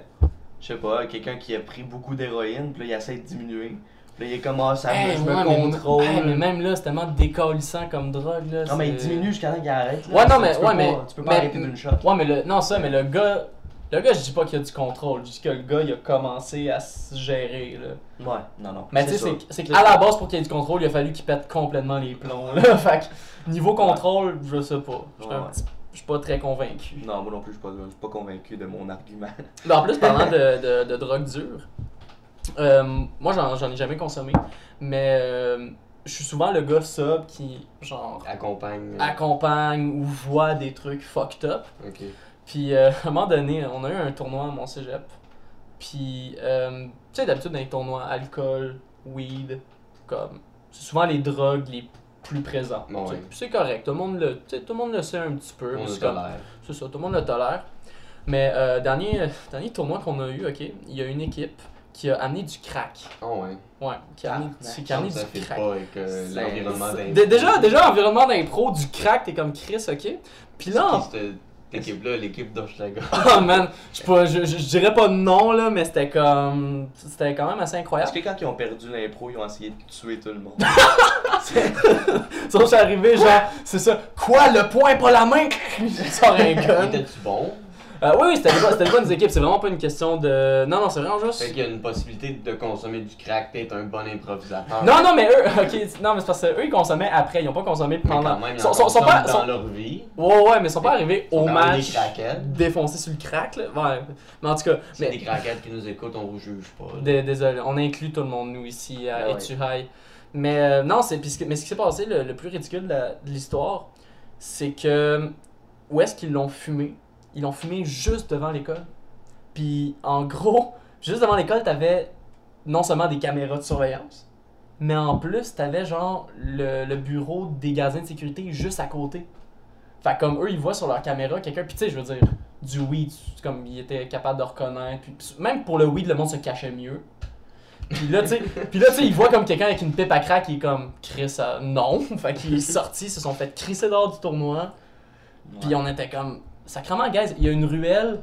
Speaker 2: je sais pas, quelqu'un qui a pris beaucoup d'héroïne, puis là, il essaie de diminuer. Puis là, il est comme, ah, ça,
Speaker 3: Hey,
Speaker 2: je
Speaker 3: ouais,
Speaker 2: me
Speaker 3: mais-
Speaker 2: contrôle.
Speaker 3: hey, mais même là, c'est tellement décalissant comme drogue, là.
Speaker 2: Non, mais il
Speaker 3: c'est-
Speaker 2: diminue jusqu'à temps qu'il arrête. là.
Speaker 3: Ouais, non,
Speaker 2: Ça,
Speaker 3: mais-
Speaker 2: tu peux
Speaker 3: ouais, mais-
Speaker 2: pas- Tu peux pas
Speaker 3: mais-
Speaker 2: arrêter d'une shot.
Speaker 3: Ouais, mais le. Non, ça, mais le gars. Le gars, je dis pas qu'il y a du contrôle, je dis que le gars, il a commencé à se gérer, là.
Speaker 2: Ouais, non, non.
Speaker 3: Mais tu sais,
Speaker 2: ça.
Speaker 3: c'est c'est qu'à la base, pour qu'il y ait du contrôle, il a fallu qu'il pète complètement les plombs, là. Fait que, niveau contrôle, je sais pas. Je suis un
Speaker 2: Ouais.
Speaker 3: petit- je suis pas très convaincu.
Speaker 2: Non, moi non plus, je suis pas, je suis pas convaincu de mon argument.
Speaker 3: Mais en plus, parlant de, de, de drogue dure, euh, moi j'en, j'en ai jamais consommé, mais euh, je suis souvent le gars sub qui, genre,
Speaker 1: Accompagne.
Speaker 3: Mm.
Speaker 1: euh,
Speaker 3: accompagne ou voit des trucs fucked up.
Speaker 1: Ok.
Speaker 3: Puis euh, à un moment donné, on a eu un tournoi à mon cégep. Puis, euh, tu sais, d'habitude, dans les tournois, alcool, weed, comme, c'est souvent les drogues les plus présentes.
Speaker 1: Ouais.
Speaker 3: Tu sais, puis C'est correct, tout le, monde le, tu sais, tout le monde le sait un petit peu.
Speaker 1: On
Speaker 3: mais
Speaker 1: le
Speaker 3: c'est comme-
Speaker 1: tolère.
Speaker 3: c'est ça, tout le monde le tolère. Mais euh, dernier, dernier tournoi qu'on a eu, ok, il y a une équipe qui a amené du crack.
Speaker 1: Oh ouais.
Speaker 3: Ouais, qui a amené,
Speaker 2: Tabarnak.
Speaker 3: qui a amené
Speaker 1: ça
Speaker 3: du
Speaker 1: fait
Speaker 3: crack.
Speaker 1: pas avec euh,
Speaker 2: C'est-
Speaker 1: l'environnement
Speaker 3: C'est-
Speaker 1: d'un.
Speaker 3: dé- Déjà, déjà, environnement d'impro, du crack, t'es comme Chris, ok? Puis là, en-
Speaker 1: C'est qui, cette équipe-là, l'équipe d'Hochelaga.
Speaker 3: oh man, je sais pas- je je- je dirais pas non là, mais c'était comme. C'était quand même assez
Speaker 2: Parce
Speaker 3: incroyable.
Speaker 2: que quand ils ont perdu l'impro, ils ont essayé de tuer tout le monde.
Speaker 3: Sauf que je suis arrivé, genre, c'est ça, quoi, le point, pas la main? Sors un gun.
Speaker 1: Était-tu bon?
Speaker 3: Euh, oui, oui, c'était des bonnes- c'était des bonnes équipes, c'est vraiment pas une question de. Non, non, c'est vraiment juste.
Speaker 1: Fait qu'il y a une possibilité de consommer du crack, t'es un bon improvisateur.
Speaker 3: Non, non, mais eux, ok, non, mais c'est parce que eux, ils consommaient après, ils ont pas consommé
Speaker 1: mais
Speaker 3: pendant.
Speaker 1: quand même, ils
Speaker 3: sont,
Speaker 1: en
Speaker 3: sont, sont
Speaker 1: consomment
Speaker 3: pas,
Speaker 1: dans
Speaker 3: sont-
Speaker 1: leur vie.
Speaker 3: Ouais, ouais, mais ils sont pas arrivés
Speaker 1: Ils sont
Speaker 3: au
Speaker 1: quand même
Speaker 3: match
Speaker 1: Des craquettes.
Speaker 3: défoncés sur le crack, là. Ouais, mais en tout cas,
Speaker 1: C'est
Speaker 3: mais,
Speaker 1: des craquettes qui nous écoutent, on vous juge pas. là.
Speaker 3: dé- désolé, on inclut tout le monde, nous, ici, à
Speaker 2: Ah ouais.
Speaker 3: Etu High. Mais euh, non, c'est, puis ce que- mais ce qui s'est passé, le, le plus ridicule de, la- de l'histoire, c'est que où est-ce qu'ils l'ont fumé Ils l'ont fumé juste devant l'école. Puis en gros, juste devant l'école, t'avais non seulement des caméras de surveillance, mais en plus, t'avais genre le, le bureau des gardiens de sécurité juste à côté. Fait que comme eux, ils voient sur leur caméra quelqu'un, puis tu sais, je veux dire, du weed, c'est comme ils étaient capables de reconnaître. Puis, puis même pour le weed, le monde se cachait mieux. Puis là, tu sais, puis là, tu sais, ils voient comme quelqu'un avec une pipe à crack, il est comme, Chris, euh, non. Fait qu'il est sorti, ils se sont fait crisser dehors du tournoi. Puis on était comme, sacrement, guys, il y a une ruelle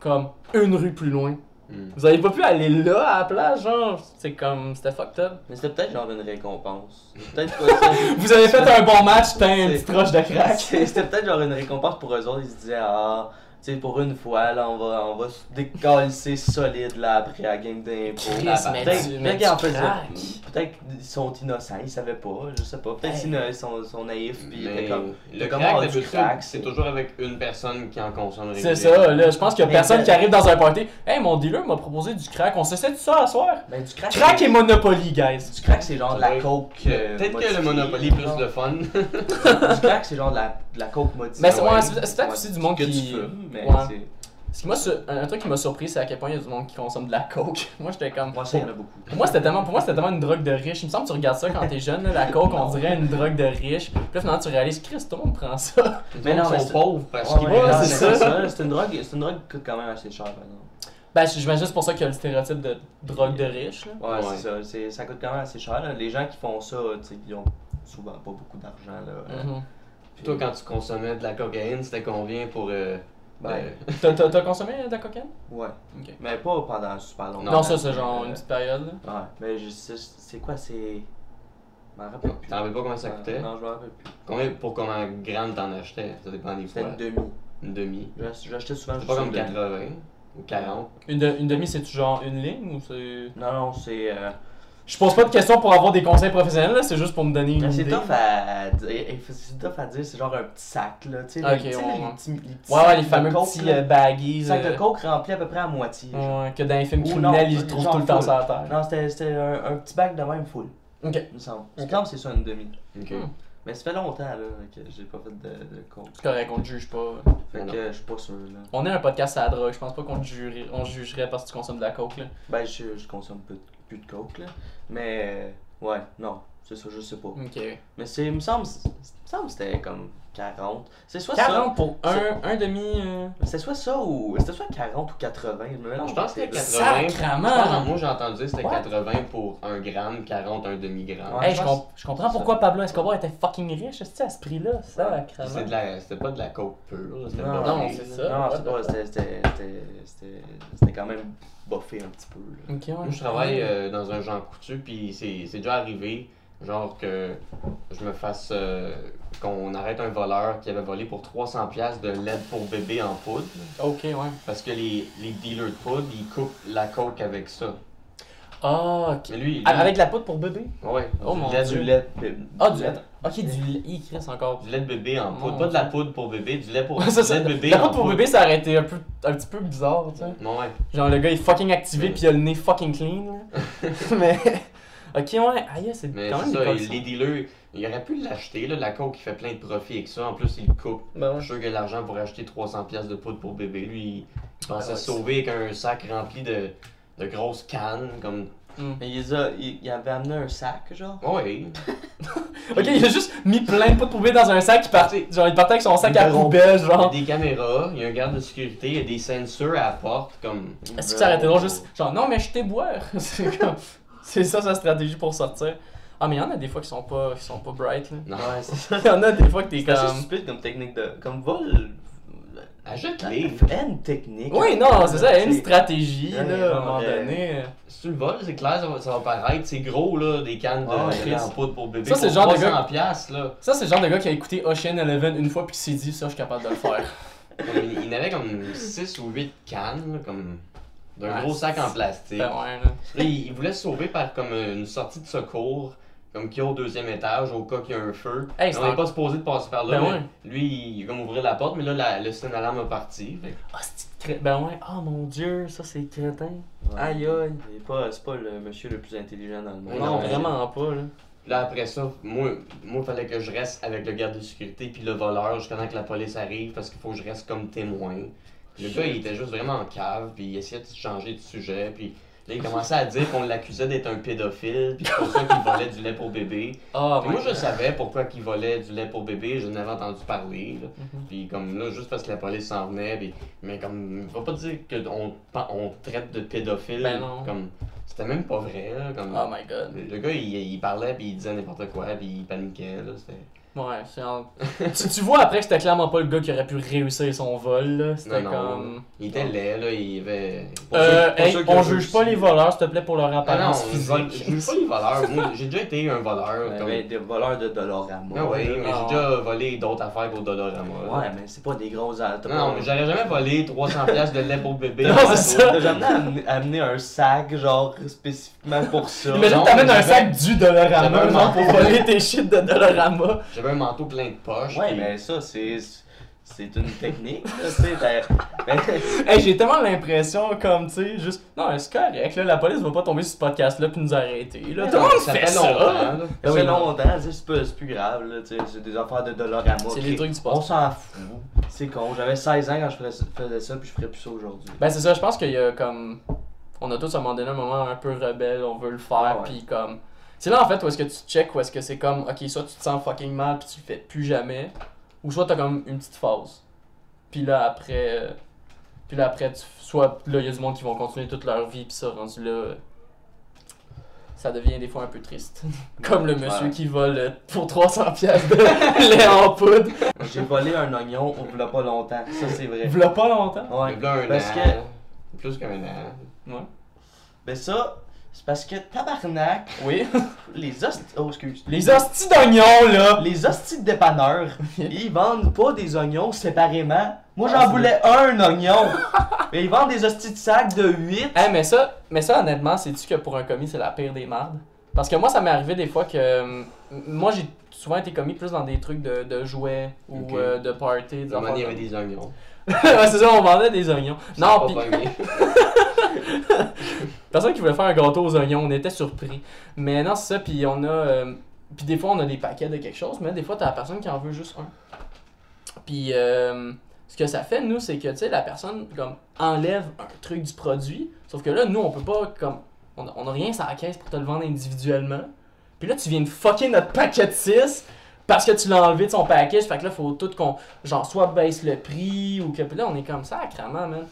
Speaker 3: comme une rue plus loin.
Speaker 1: Hmm.
Speaker 3: Vous avez pas pu aller là à la plage, genre, c'est comme, c'était fucked up.
Speaker 2: Mais c'était peut-être genre une récompense. C'était Peut-être pas ça.
Speaker 3: Vous avez fait un bon match, t'as une
Speaker 2: C'est-
Speaker 3: petite roche de
Speaker 2: Crack.
Speaker 3: crack.
Speaker 2: C'était peut-être genre une récompense pour eux autres. Ils se disaient, ah, tu sais, pour une fois, là, on va, on va se décalisser solide, là, après la game d'impro.
Speaker 3: Chris,
Speaker 1: Ah,
Speaker 3: mais
Speaker 2: peut-être-
Speaker 3: tu-
Speaker 2: peut-être
Speaker 3: mais
Speaker 2: qu'ils en
Speaker 3: tu
Speaker 2: faisaient-
Speaker 3: craques.
Speaker 2: Peut-être qu'ils sont innocents, ils savaient pas, je sais pas. Peut-être
Speaker 3: Hey.
Speaker 2: qu'ils sont, sont naïfs, puis ils étaient
Speaker 1: Mais
Speaker 2: comme.
Speaker 1: le
Speaker 2: comment
Speaker 1: crack,
Speaker 2: on a du
Speaker 1: d'habitude,
Speaker 2: crack,
Speaker 1: c'est
Speaker 2: c'est-
Speaker 1: toujours avec une personne qui en consomme
Speaker 3: C'est
Speaker 1: régulièrement.
Speaker 3: ça, là, je pense qu'il y a
Speaker 2: Mais
Speaker 3: personne
Speaker 2: c'est-
Speaker 3: qui arrive dans un party. Hey, mon dealer m'a proposé du crack, on s'essaie de ça à soir.
Speaker 2: Ben, du crack.
Speaker 3: Crack et Monopoly, guys.
Speaker 2: Du crack, c'est genre de la
Speaker 1: Ouais.
Speaker 2: coke. euh,
Speaker 1: Peut-être que le
Speaker 2: modifiée,
Speaker 1: Monopoly est plus
Speaker 2: genre.
Speaker 1: de fun.
Speaker 2: Du crack, c'est genre de la, de la coke modifiée.
Speaker 3: Mais c'est- ouais,
Speaker 2: Ouais.
Speaker 3: c'est- c'est peut-être aussi du monde
Speaker 2: que tu
Speaker 3: qui-
Speaker 2: fumes, mais
Speaker 3: Ouais.
Speaker 2: c'est-
Speaker 3: Ce qui m'a sur- un un truc qui m'a surpris, c'est à quel point il y a du monde qui consomme de la coke. Moi, j'étais comme.
Speaker 2: Moi, ça, il y en a beaucoup.
Speaker 3: Pour moi, c'était tellement, pour moi, c'était tellement une drogue de riche. Il me semble que tu regardes ça quand t'es jeune, là, la coke, on dirait une drogue de riche. Puis là, finalement, tu réalises, Chris, tout le monde prend ça.
Speaker 1: Mais
Speaker 2: Mais
Speaker 1: non,
Speaker 2: non, mais
Speaker 1: ils sont
Speaker 2: c'est-
Speaker 1: pauvres parce
Speaker 2: Ouais,
Speaker 1: qu'ils
Speaker 2: ouais,
Speaker 3: ouais,
Speaker 2: non,
Speaker 1: veulent-
Speaker 2: mais
Speaker 3: c'est ça.
Speaker 2: C'est une drogue, c'est une drogue qui coûte quand même assez cher, par exemple.
Speaker 3: Ben, j'imagine c'est pour ça qu'il y a le stéréotype de drogue de riche, là.
Speaker 2: Ouais,
Speaker 1: Ouais.
Speaker 2: c'est ça. c'est- Ça coûte quand même assez cher. là. Les gens qui font ça, tu sais, ils ont souvent pas beaucoup d'argent. là.
Speaker 3: Mhm.
Speaker 2: Puis-
Speaker 1: Toi, quand tu consommais de la cocaïne, c'était combien pour. euh,
Speaker 2: Ben,
Speaker 1: le-
Speaker 3: T'as- T'as t'as consommé de la cocaine?
Speaker 2: Ouais.
Speaker 3: Ok.
Speaker 2: Mais pas pendant super longtemps.
Speaker 3: Non, ça, c'est genre une petite période, là.
Speaker 2: Euh, Ouais. Mais je sais, c'est quoi, c'est. Je m'en rappelle
Speaker 1: Non,
Speaker 2: plus.
Speaker 1: T'en rappelles pas combien ça coûtait?
Speaker 2: Euh, Non, je m'en rappelle plus.
Speaker 1: Combien, pour combien grande t'en achetais? Ça dépend des
Speaker 2: C'était
Speaker 1: fois.
Speaker 2: une demi.
Speaker 1: Une demi.
Speaker 2: J'ach- J'achetais souvent
Speaker 1: C'est
Speaker 2: juste
Speaker 1: pas comme
Speaker 2: une demi.
Speaker 1: 80 ou 40.
Speaker 3: Une, de- une demi, c'est-tu genre une ligne ou c'est.
Speaker 2: Non, non, c'est. euh,
Speaker 3: Je pose pas de questions pour avoir des conseils professionnels, là, c'est juste pour me donner une
Speaker 2: Mais Ben, C'est
Speaker 3: idée.
Speaker 2: tough à dire. C'est tough à dire, c'est genre un petit sac, là. Tu sais,
Speaker 3: Ok,
Speaker 2: les, tu sais,
Speaker 3: ouais,
Speaker 2: les
Speaker 3: ouais.
Speaker 2: petits, les petits
Speaker 3: Ouais, ouais,
Speaker 2: sacs
Speaker 3: les
Speaker 2: de
Speaker 3: fameux
Speaker 2: coke,
Speaker 3: petits
Speaker 2: là.
Speaker 3: euh, baggies.
Speaker 2: sac de
Speaker 3: euh,
Speaker 2: coke rempli à peu près à moitié. genre.
Speaker 3: ouais, que dans les films
Speaker 2: Ou
Speaker 3: criminels,
Speaker 2: non,
Speaker 3: ils se trouvent
Speaker 2: genre
Speaker 3: tout le temps
Speaker 2: full.
Speaker 3: sur la terre.
Speaker 2: Non, c'était c'était un, un petit bac de même full.
Speaker 3: Ok.
Speaker 2: Il me semble. Je pense que c'est ça une demi.
Speaker 1: Ok.
Speaker 3: Hmm.
Speaker 2: Mais ça fait longtemps là, que j'ai pas fait de, de coke.
Speaker 3: C'est correct, on te juge pas.
Speaker 2: Fait
Speaker 1: Mais
Speaker 2: que je suis pas sûr là.
Speaker 3: On est un podcast à la drogue, je pense pas qu'on te jugerait, on te jugerait parce que tu consommes de la coke. Là.
Speaker 2: Ben, je, je consomme peu- plus de coke là. Mais euh, ouais, non, c'est ça, je sais pas.
Speaker 3: Ok.
Speaker 2: Mais c'est, il me semble, c'est- il me semble que c'était comme 40. C'est soit ça.
Speaker 3: 40 pour
Speaker 2: c'est-
Speaker 3: un, un demi. euh,
Speaker 2: C'était soit ça ou. C'était soit 40 ou 80. Je me mélange
Speaker 1: Je pense que
Speaker 2: les deux.
Speaker 1: c'était 80.
Speaker 3: Sacrement!
Speaker 1: Je
Speaker 2: Ah.
Speaker 1: pense que Moi, j'ai entendu que c'était
Speaker 2: Ouais.
Speaker 1: 80 pour 1 gramme, 40 un demi-gramme.
Speaker 2: Ouais,
Speaker 3: Hey, je,
Speaker 2: je pense-
Speaker 3: comp- je comprends pourquoi Pablo Escobar était fucking riche c'est-tu, à ce prix-là. Ça,
Speaker 2: Ouais.
Speaker 1: Puis
Speaker 3: crème.
Speaker 1: c'est de la- C'était pas de la coke pure. là, c'était
Speaker 2: Non,
Speaker 1: pas-
Speaker 3: Non, c'est ça.
Speaker 2: Non,
Speaker 3: What
Speaker 2: c'est
Speaker 3: the
Speaker 2: pas.
Speaker 3: fuck?
Speaker 2: C'était, c'était, c'était, c'était, c'était quand même buffé un petit peu. Là.
Speaker 3: Ok, ouais.
Speaker 1: Moi, je travaille euh, dans un Jean Coutu, puis c'est c'est déjà arrivé, genre que je me fasse. euh, qu'on arrête un voleur qui avait volé pour 300$ piastres de l'aide pour bébé en poudre.
Speaker 3: Ok, ouais.
Speaker 1: Parce que les, les dealers de poudre, ils coupent la coke avec ça.
Speaker 3: Ah, ok.
Speaker 1: Mais lui, il.
Speaker 3: Ah, Avec de la poudre pour bébé?
Speaker 1: Ouais.
Speaker 3: Oh mon
Speaker 1: du lait-
Speaker 3: Dieu.
Speaker 2: Du
Speaker 1: du lait-
Speaker 2: lait. puis-
Speaker 3: Ah, du
Speaker 2: lait.
Speaker 3: Ok, du lait. Il crisse encore.
Speaker 1: du lait de bébé en poudre.
Speaker 3: Oh Mon
Speaker 1: Pas de la poudre pour bébé, du lait pour.
Speaker 3: Ouais, ça,
Speaker 1: du lait
Speaker 3: ça-
Speaker 1: de bébé
Speaker 3: La
Speaker 1: en
Speaker 3: poudre pour bébé, ça aurait été un, peu, un petit peu bizarre, tu sais.
Speaker 1: Ouais.
Speaker 3: Genre, le gars est fucking activé puis il a le nez fucking clean. là. Mais. Ok, ouais. Aïe, c'est
Speaker 1: Mais
Speaker 3: quand
Speaker 1: c'est
Speaker 3: même
Speaker 1: ça,
Speaker 3: des
Speaker 1: et les dealers, ils auraient pu l'acheter, là, de la coke qui fait plein de profits avec ça. En plus, ils le coupent.
Speaker 3: Ben
Speaker 1: Je suis sûr que l'argent pour acheter 300$ piastres de poudre pour bébé, lui, il pensait
Speaker 3: Ah ouais,
Speaker 1: se sauver avec un sac rempli de, de grosses cannes, comme.
Speaker 2: Mais il, les a, il, il avait amené un sac, genre.
Speaker 3: Ah
Speaker 1: Ouais.
Speaker 3: Ok, il a juste mis plein de poudre pour bébé dans un sac qui partait. Genre, il partait avec son sac à
Speaker 1: Une
Speaker 3: poubelle,
Speaker 1: Il y a
Speaker 3: genre.
Speaker 1: des caméras, il y a un garde de sécurité, il y a des sensors à la porte, comme.
Speaker 3: Est-ce que ça aurait été drôle juste. Genre, non, mais je t'ai boire. C'est comme- c'est ça sa stratégie pour sortir. Ah, mais il y en a des fois qui sont pas, qui sont pas bright, là.
Speaker 1: Non,
Speaker 2: Ouais, c'est ça.
Speaker 3: Il y en a des fois que t'es
Speaker 2: C'est assez
Speaker 3: comme.
Speaker 2: stupide comme technique de. Comme vol.
Speaker 1: achète-les.
Speaker 2: une technique.
Speaker 3: Oui, non, c'est ça, il y a une
Speaker 2: C'est-
Speaker 3: stratégie,
Speaker 2: Ouais,
Speaker 3: là, à un moment
Speaker 2: ouais.
Speaker 3: donné.
Speaker 1: Si tu le voles, c'est clair, ça va, ça va paraître. C'est gros, là, des cannes de,
Speaker 2: Ah,
Speaker 1: de lait en
Speaker 3: Christ.
Speaker 1: poudre pour bébé.
Speaker 3: Ça, c'est
Speaker 1: pour
Speaker 3: le genre de gars-
Speaker 1: 300$, piastres, là.
Speaker 3: Ça, c'est le genre de gars qui a écouté Ocean Eleven une fois puis qui s'est dit, ça, je suis capable de le faire.
Speaker 1: Il, il en avait comme 6 ou 8 cannes, là, comme. D'un
Speaker 3: Ah,
Speaker 1: gros sac en
Speaker 3: c'est-
Speaker 1: plastique.
Speaker 3: Ben ouais, là.
Speaker 1: Là, il, il voulait se sauver par comme une sortie de secours, comme qui est au deuxième étage, au cas qu'il y a un feu.
Speaker 3: Hey,
Speaker 1: Mais
Speaker 3: c'est
Speaker 1: on n'est
Speaker 3: en-
Speaker 1: pas supposé de passer par là.
Speaker 3: Ben
Speaker 1: mais Lui, il va m'ouvrir la porte, mais là, la- le système d'alarme a parti. Fait que-
Speaker 3: Ah, c'est cré... Ben ouais, oh mon dieu, ça, c'est crétin.
Speaker 2: Ouais.
Speaker 3: Aïe, aïe.
Speaker 2: Il est pas- C'est pas le monsieur le plus intelligent dans le monde.
Speaker 1: Non,
Speaker 3: Non,
Speaker 1: mais-
Speaker 3: vraiment pas, là.
Speaker 1: Là, après ça, moi, moi, il fallait que je reste avec le garde de sécurité puis le voleur jusqu'à temps que la police arrive parce qu'il faut que je reste comme témoin. Le
Speaker 2: Shit.
Speaker 1: gars, il était juste vraiment en cave, puis il essayait de changer de sujet, puis là, il commençait à dire qu'on l'accusait d'être un pédophile, puis c'est pour ça qu'il volait du lait pour bébé.
Speaker 3: Ah,
Speaker 1: Puis moi, je savais pourquoi qu'il volait du lait pour bébé, je n'avais entendu parler. là.
Speaker 3: Mhm.
Speaker 1: Puis comme là, juste parce que la police s'en venait, puis- mais comme, faut pas dire qu'on on traite de pédophile.
Speaker 3: Ben non.
Speaker 1: Comme, c'était même pas vrai. là, comme,
Speaker 3: Oh my god.
Speaker 1: le gars, il, il parlait, puis il disait n'importe quoi, puis il paniquait. Là, c'était...
Speaker 3: Ouais, c'est en- tu, tu vois après que c'était clairement pas le gars qui aurait pu réussir son vol, là. C'était
Speaker 1: Non, non.
Speaker 3: comme.
Speaker 1: Il était laid, là, il avait...
Speaker 2: Pour
Speaker 3: Ah. Euh,
Speaker 2: ceux- pour
Speaker 3: hey,
Speaker 2: ceux qui
Speaker 3: on
Speaker 2: ont
Speaker 3: juge
Speaker 2: réussi.
Speaker 3: pas les voleurs, s'il te plaît, pour leur
Speaker 1: Ah non,
Speaker 3: apparence
Speaker 1: je vole- je vole
Speaker 3: physique. Ben
Speaker 1: pas les voleurs. Moi, j'ai déjà été un voleur.
Speaker 2: Ouais,
Speaker 1: comme-
Speaker 2: mais des voleurs de Dollarama.
Speaker 1: Ah ouais, mais
Speaker 3: Ah.
Speaker 1: j'ai déjà volé d'autres affaires qu'au Dollarama.
Speaker 2: Ouais, mais c'est pas des gros t'as
Speaker 1: Non, non, mais j'aurais jamais volé 300$ piastres de lait pour bébé.
Speaker 3: Non, c'est ça.
Speaker 2: T'as jamais amené, amené un sac, genre, spécifiquement pour ça.
Speaker 3: Imagine
Speaker 1: Non,
Speaker 3: que t'amènes
Speaker 1: mais
Speaker 3: un
Speaker 1: j'avais-
Speaker 3: sac du Dollarama
Speaker 1: j'avais
Speaker 3: genre,
Speaker 1: un
Speaker 3: pour voler tes shit de Dollarama.
Speaker 1: J'avais un manteau plein de poches.
Speaker 2: Ouais,
Speaker 1: puis-
Speaker 2: mais ça, c'est. C'est une technique, là, tu sais. ben, t'as-
Speaker 3: Ben
Speaker 2: mais-
Speaker 3: Hey, j'ai tellement l'impression comme, tu sais, juste, non, c'est correct, là, la police va pas tomber sur ce podcast-là puis nous arrêter, là.
Speaker 1: Non,
Speaker 3: Tout le monde
Speaker 1: ça
Speaker 3: fait
Speaker 1: fait
Speaker 3: ça.
Speaker 1: longtemps, là.
Speaker 3: Ben
Speaker 2: Ça
Speaker 3: oui,
Speaker 2: fait
Speaker 3: non.
Speaker 2: longtemps, tu sais, c'est pas- c'est plus grave, là, tu sais, c'est des affaires de Dollarama.
Speaker 3: C'est
Speaker 2: ok.
Speaker 3: les trucs du passé.
Speaker 2: On s'en fout. C'est con, j'avais 16 ans quand je faisais, faisais ça, puis je ferais plus ça aujourd'hui.
Speaker 3: Ben, c'est ça, je pense qu'il y a comme. On a tous à un moment donné un moment un peu rebelle, on veut le faire,
Speaker 2: Ah ouais.
Speaker 3: puis comme. C'est là en fait où est-ce que tu check, où est-ce que c'est comme, ok, soit tu te sens fucking mal, puis tu le fais plus jamais, ou soit t'as comme une petite phase. Puis là après. euh, Puis là après, tu... soit là, il y a du monde qui vont continuer toute leur vie, puis ça, rendu là. euh, Ça devient des fois un peu triste. Comme le monsieur
Speaker 2: Ouais.
Speaker 3: qui vole euh, pour 300 pièces de lait en poudre.
Speaker 2: J'ai volé un oignon, on voulait pas longtemps, ça c'est vrai.
Speaker 3: V'là pas longtemps.
Speaker 2: Ouais,
Speaker 1: Il y a un
Speaker 2: parce
Speaker 1: an.
Speaker 2: que.
Speaker 1: Plus qu'un an.
Speaker 3: Ouais.
Speaker 2: Ben ça, c'est parce que tabarnak,
Speaker 3: Oui.
Speaker 2: les hosties. Oh, excuse.
Speaker 3: Les hosties d'oignons, là!
Speaker 2: Les hosties de dépanneurs, ils vendent pas des oignons séparément. Moi
Speaker 3: Ah,
Speaker 2: j'en
Speaker 3: c'est
Speaker 2: voulais un oignon. Mais ils vendent des hosties de sac de 8.
Speaker 3: Eh mais ça, mais ça honnêtement, c'est-tu que pour un commis, c'est la pire des mardes? Parce que moi, ça m'est arrivé des fois que. euh, m- Moi, j'ai souvent été commis plus dans des trucs de, de jouets ou
Speaker 1: Ok.
Speaker 3: euh, de party. Des
Speaker 1: Maman,
Speaker 3: affaires
Speaker 1: il y avait
Speaker 3: comme-
Speaker 1: des oignons.
Speaker 3: Ouais, c'est ça, on vendait des oignons. non, pis
Speaker 1: pas pogné.
Speaker 3: personne qui voulait faire un gâteau aux oignons, on était surpris. Mais non, c'est ça, puis on a. euh, Puis des fois, on a des paquets de quelque chose, mais des fois, t'as la personne qui en veut juste un. Puis euh, ce que ça fait, nous, c'est que, tu sais, la personne, comme, enlève un truc du produit. Sauf que là, nous, on peut pas, comme, on a, on a rien sur la caisse pour te le vendre individuellement. Puis là, tu viens de fucker notre paquet de 6 parce que tu l'as enlevé de son package. Fait que là, faut tout qu'on, genre, soit baisse le prix ou que. Puis là, on est comme ça, sacrément, man.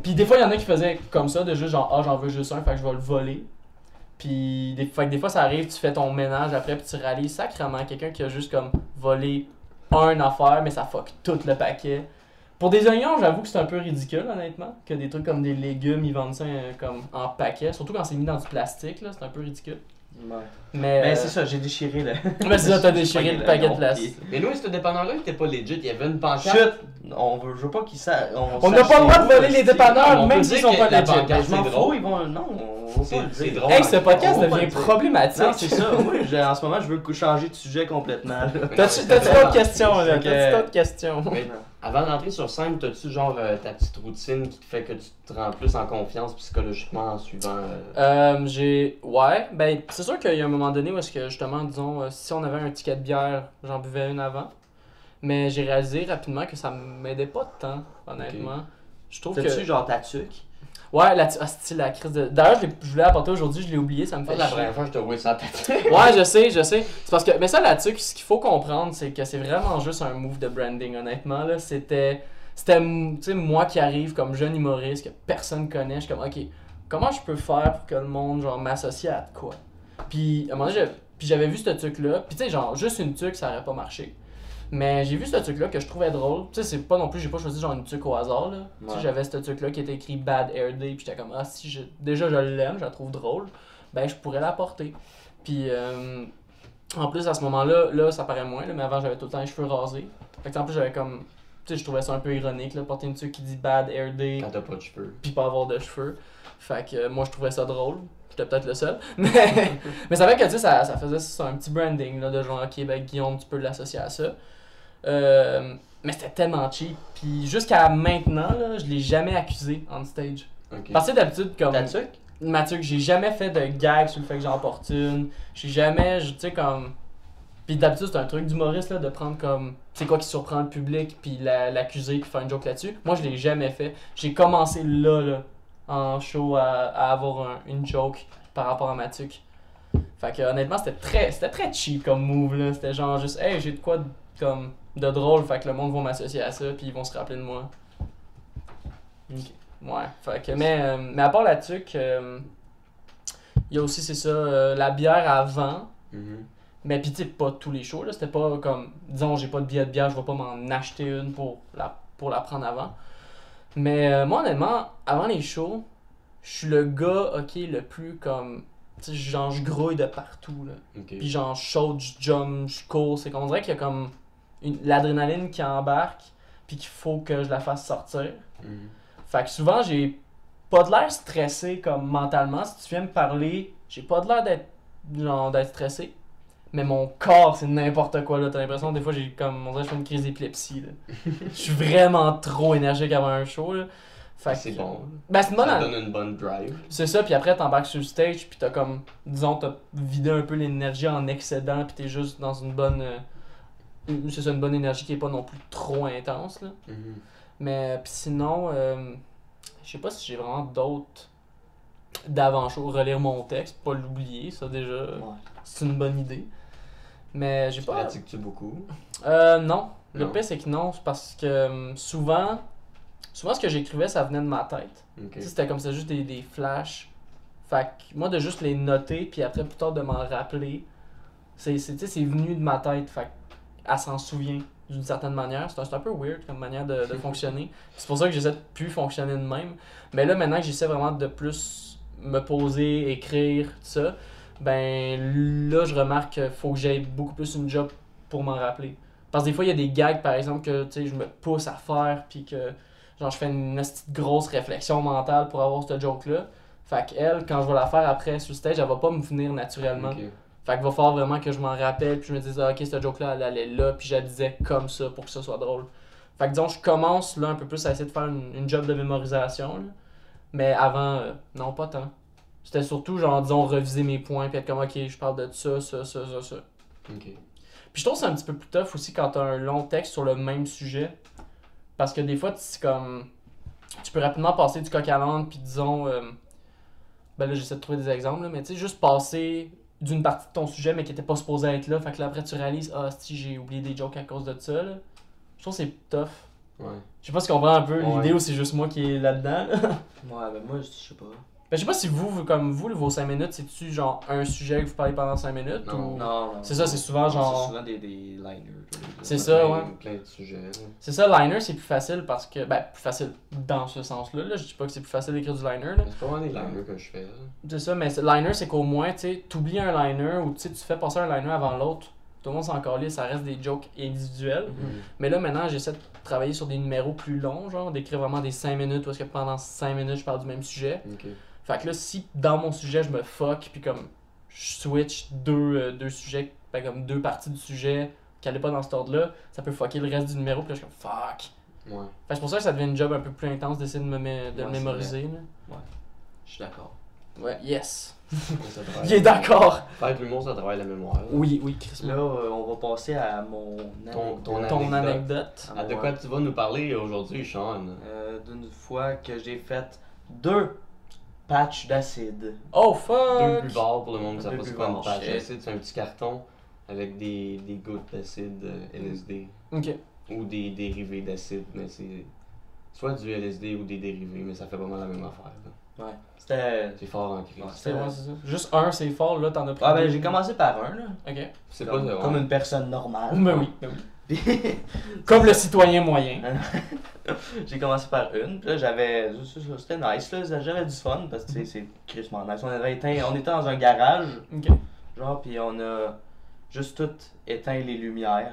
Speaker 3: Puis des fois, il y en a qui faisaient comme ça, de juste genre, ah, j'en veux juste un, fait que je vais le voler. Puis des, fait que des fois, ça arrive, tu fais ton ménage après, puis tu réalises sacrément quelqu'un qui a juste comme volé un affaire, mais ça fuck tout le paquet. Pour des oignons, j'avoue que c'est un peu ridicule, honnêtement, que des trucs comme des légumes, ils vendent ça euh, comme en paquet, surtout quand c'est mis dans du plastique, là, c'est un peu ridicule.
Speaker 2: Ouais.
Speaker 3: Mais,
Speaker 2: Ben,
Speaker 3: euh,
Speaker 2: c'est ça, j'ai déchiré le.
Speaker 3: mais c'est ça, t'as déchiré le paquet de plastique.
Speaker 1: Mais nous, ce dépanneur-là, il était pas legit. Il y avait une pancarte.
Speaker 2: Chut! On veut, je veux pas qu'ils sachent.
Speaker 3: On n'a pas le droit de voler les dépanneurs,
Speaker 1: on
Speaker 3: même
Speaker 1: peut
Speaker 3: s'ils
Speaker 1: dire
Speaker 3: sont
Speaker 1: que
Speaker 3: pas
Speaker 1: la
Speaker 3: legit.
Speaker 1: banque-
Speaker 2: Je m'en
Speaker 1: C'est
Speaker 2: fous,
Speaker 1: drôle.
Speaker 2: ils vont. Non, on va pas le
Speaker 1: C'est- c'est
Speaker 2: dire.
Speaker 1: drôle.
Speaker 3: Hey, ce podcast
Speaker 2: On va pas
Speaker 3: devient
Speaker 2: le dire. Non, c'est
Speaker 3: problématique.
Speaker 2: ça. Moi, j'ai- en ce moment, je veux cou- changer de sujet complètement. là.
Speaker 1: Mais non,
Speaker 3: T'as-tu
Speaker 1: mais
Speaker 3: t'as-tu
Speaker 1: c'était-
Speaker 3: d'autres questions,
Speaker 2: c'est
Speaker 3: là?
Speaker 2: que- euh, ben,
Speaker 3: T'as-tu d'autres questions?
Speaker 1: Mais avant d'entrer sur scène, t'as-tu genre euh, ta petite routine qui te fait que tu te rends plus en confiance psychologiquement en suivant. euh,
Speaker 3: Euh, j'ai. Ouais, ben, c'est sûr qu'il y a un moment donné où est-ce que, justement, disons, euh, si on avait un ticket de bière, j'en buvais une avant. Mais j'ai réalisé rapidement que ça m'aidait pas tant, honnêtement. Je trouve que.
Speaker 2: T'as-tu genre ta tuque?
Speaker 3: Ouais, la, ah, c'est-tu la crise de. D'ailleurs, je, l'ai- je voulais apporter aujourd'hui, je l'ai oublié, ça me
Speaker 1: Pas
Speaker 3: fait
Speaker 1: de la
Speaker 3: chier.
Speaker 1: première fois que je te vois ça tête.
Speaker 3: Ouais, je sais, je sais. C'est parce que, mais ça là-dessus, ce qu'il faut comprendre, c'est que c'est vraiment juste un move de branding, honnêtement. Là, c'était, c'était, tu sais, moi qui arrive comme jeune humoriste que personne connaît. Je suis comme, ok, comment je peux faire pour que le monde genre m'associe à de quoi Puis à un moment donné, j'avais- puis j'avais vu ce truc-là. Puis tu sais, genre juste une tuque, ça aurait pas marché. Mais j'ai vu ce truc-là que je trouvais drôle. Tu sais, c'est pas non plus, j'ai pas choisi genre une tuque au hasard. Là. Tu sais,
Speaker 2: Ouais.
Speaker 3: j'avais ce truc-là qui était écrit Bad Air Day. Puis j'étais comme, ah, si je- déjà je l'aime, je la trouve drôle, ben je pourrais la porter. Puis euh, en plus, à ce moment-là, là, ça paraît moins, là, mais avant, j'avais tout le temps les cheveux rasés. Fait que en plus, j'avais comme. Tu sais, je trouvais ça un peu ironique, là, porter une tuque qui dit bad hair day,
Speaker 1: Quand t'as pas de cheveux.
Speaker 3: puis pas avoir de cheveux. Fait que euh, moi, je trouvais ça drôle. J'étais peut-être le seul. Mais, mais ça fait que, tu sais, ça, ça faisait ça, un petit branding, là, de genre, ok, ben Guillaume, tu peux l'associer à ça. Euh, mais c'était tellement cheap. Puis jusqu'à maintenant, là, je l'ai jamais accusé on stage.
Speaker 1: Ok.
Speaker 3: Parce que d'habitude, comme.
Speaker 2: Ta tuque?
Speaker 3: Mathieu, que j'ai jamais fait de gag sur le fait que j'en porte une. J'ai jamais, je- tu sais, comme. Puis d'habitude, c'est un truc d'humoriste, là, de prendre comme. C'est quoi qui surprend le public, puis la- l'accuser, puis faire une joke là-dessus. Moi, je l'ai jamais fait. J'ai commencé là, là, en show, à, à avoir un- une joke par rapport à Mathieu. Fait que, honnêtement, c'était très, c'était très cheap comme move, là. C'était genre juste, hey, j'ai de quoi de, comme, de drôle, fait que le monde va m'associer à ça, puis ils vont se rappeler de moi. Ouais, fait que, mais, euh, mais à part la tuque, euh, il y a aussi, c'est ça, euh, la bière avant.
Speaker 1: Mhm.
Speaker 3: Mais pis tu sais, pas tous les shows, là. C'était pas comme, disons, j'ai pas de billet de bière, je vais pas m'en acheter une pour la, pour la prendre avant. Mais euh, moi, honnêtement, avant les shows, je suis le gars, ok, le plus comme, tu sais, genre, je grouille de partout, là.
Speaker 1: Ok.
Speaker 3: Puis genre, je saute, je jump, je cours. C'est qu'on dirait qu'il y a comme une- l'adrénaline qui embarque, puis qu'il faut que je la fasse sortir.
Speaker 1: Mhm.
Speaker 3: Fait que souvent, j'ai pas de l'air stressé comme mentalement. Si tu viens me parler, j'ai pas de l'air d'être genre d'être stressé. Mais mon corps, c'est n'importe quoi là. T'as l'impression, des fois, j'ai comme, on dirait, que je fais une crise d'épilepsie là. Je suis vraiment trop énergique avant un show là. Fait
Speaker 1: C'est
Speaker 3: que-
Speaker 1: bon.
Speaker 3: Ben, c'est une bonne
Speaker 1: Ça
Speaker 3: an-
Speaker 1: donne une bonne drive.
Speaker 3: c'est ça, puis après, t'embarques sur le stage, puis t'as comme, disons, t'as vidé un peu l'énergie en excédent, puis t'es juste dans une bonne. euh, une- c'est ça, une bonne énergie qui est pas non plus trop intense, là.
Speaker 1: Mhm.
Speaker 3: Mais puis sinon, euh, je sais pas si j'ai vraiment d'autres d'avant-show. Relire mon texte, pas l'oublier, ça déjà, c'est une bonne idée. Mais j'ai pas.
Speaker 1: Pratiques-tu beaucoup
Speaker 3: Euh, non. Le
Speaker 1: Non.
Speaker 3: pire, c'est que non, c'est parce que euh, souvent, souvent ce que j'écrivais, ça venait de ma tête.
Speaker 1: Ok.
Speaker 3: Tu sais, C'était comme ça, juste des, des flashs. Fait que moi, de juste les noter, puis après, plus tard, de m'en rappeler, c'est c'est- tu sais, c'est venu de ma tête. Fait qu'elle s'en souvient d'une certaine manière. C'est un, c'est un peu weird comme manière de, de fonctionner. C'est pour ça que j'essaie de plus fonctionner de même. Mais là, maintenant que j'essaie vraiment de plus me poser, écrire, tout ça, ben là, je remarque qu'il faut que j'aille beaucoup plus une job pour m'en rappeler. Parce que des fois, il y a des gags, par exemple, que tu sais, je me pousse à faire, puis que genre, je fais une petite grosse réflexion mentale pour avoir cette joke-là. Fait qu'elle, quand je vais la faire après sur le stage, elle va pas me venir naturellement.
Speaker 1: Ok.
Speaker 3: Fait qu'il va falloir vraiment que je m'en rappelle, puis je me dise, Ah, ok, cette joke-là, elle allait là, puis je la disais comme ça pour que ça soit drôle. Fait que disons, je commence là un peu plus à essayer de faire une, une job de mémorisation, là. mais avant, euh, non, pas tant. C'était surtout, genre, disons, reviser mes points, puis être comme, ok, je parle de ça, ça, ça, ça, ça.
Speaker 1: Ok.
Speaker 3: Puis je trouve que c'est un petit peu plus tough aussi quand t'as un long texte sur le même sujet. Parce que des fois, c'est comme. Tu peux rapidement passer du coq à l'âne, puis disons. euh, ben là, j'essaie de trouver des exemples, là, mais tu sais, juste passer d'une partie de ton sujet, mais qui était pas supposé être là. Fait que là, après, tu réalises, ah, si j'ai oublié des jokes à cause de ça, là. Je trouve que c'est tough.
Speaker 1: Ouais.
Speaker 3: Je sais pas si on comprend un peu
Speaker 1: Ouais.
Speaker 3: l'idée ou c'est juste moi qui est là-dedans. là.
Speaker 2: Ouais, ben moi, je sais pas.
Speaker 3: Ben, je sais pas si vous, vous- comme vous, vos 5 minutes, c'est-tu genre un sujet que vous parlez pendant 5 minutes
Speaker 1: Non.
Speaker 3: ou.
Speaker 2: Non, non. Ah,
Speaker 3: C'est ça, c'est souvent genre.
Speaker 2: C'est souvent des, des liners. toi, là.
Speaker 3: C'est ça,
Speaker 1: Plein-
Speaker 3: ouais.
Speaker 1: Plein de sujets.
Speaker 3: C'est ça, liner, c'est plus facile parce que. Ben, plus facile dans ce sens-là. Là. Je dis pas que c'est plus facile d'écrire du liner. Là.
Speaker 1: Mais C'est pas vraiment des langues que je fais. là.
Speaker 3: C'est ça, mais c'est- liner, c'est qu'au moins, tu sais, t'oublies un liner ou tu sais, tu fais passer un liner avant l'autre. Tout le monde s'en calait, ça reste des jokes
Speaker 2: Mm.
Speaker 3: individuels.
Speaker 2: Mhm.
Speaker 3: Mais là, maintenant, j'essaie de travailler sur des numéros plus longs, genre d'écrire vraiment des 5 minutes où est-ce que pendant 5 minutes, je parle du même sujet.
Speaker 1: Ok.
Speaker 3: Fait que là, si dans mon sujet, je me fuck, puis comme je switch deux, euh, deux sujets, ben, comme deux parties du sujet qui allaient pas dans cet ordre-là, ça peut fucker le reste du numéro, puis là, je suis comme fuck.
Speaker 1: Ouais.
Speaker 3: Fait que c'est pour ça que ça devient une job un peu plus intense d'essayer de me mé- de
Speaker 2: Ouais,
Speaker 3: le
Speaker 2: c'est
Speaker 3: mémoriser.
Speaker 2: Je suis d'accord.
Speaker 3: là. Ouais, yes.
Speaker 1: Ça travaille-
Speaker 3: Il est d'accord.
Speaker 1: Faire de l'humour, ça travaille la mémoire. là.
Speaker 3: Oui, oui, Chris.
Speaker 2: Là, euh, on va passer à mon.
Speaker 1: Ton- ton
Speaker 2: anecdote.
Speaker 3: Ton
Speaker 1: anecdote.
Speaker 3: anecdote.
Speaker 1: Ah, de quoi tu vas nous parler aujourd'hui, Sean
Speaker 2: Euh, D'une fois que j'ai fait deux patchs d'acide.
Speaker 3: Oh
Speaker 1: Deux
Speaker 3: fuck!
Speaker 1: buvards pour le monde qui ne
Speaker 2: Ah, Deux
Speaker 1: sait pas c'est quoi une
Speaker 2: buvards,
Speaker 1: patch
Speaker 2: shit.
Speaker 1: d'acide. C'est un petit carton avec des, des gouttes d'acide euh, LSD
Speaker 3: Ok.
Speaker 1: ou des dérivés d'acide, mais c'est soit du LSD ou des dérivés, mais ça fait pas mal la même affaire. là.
Speaker 2: Ouais. C'était.
Speaker 1: C'est fort en crise.
Speaker 2: Ouais.
Speaker 3: C'est ouais, c'est ça. Juste un, c'est fort, là, t'en as pris.
Speaker 2: Ah, ben
Speaker 3: deux.
Speaker 2: j'ai commencé par un, là.
Speaker 3: Ok.
Speaker 1: C'est pas
Speaker 2: comme,
Speaker 1: de-
Speaker 2: comme
Speaker 1: ouais.
Speaker 2: une personne normale.
Speaker 3: Ben oui, ben oui. Comme le citoyen moyen.
Speaker 2: J'ai commencé par une, puis là j'avais. C'était nice, là. J'avais du fun parce que tu sais, c'est crissement nice. On avait éteint. On était dans un garage,
Speaker 3: Ok.
Speaker 2: genre, puis on a juste tout éteint les lumières.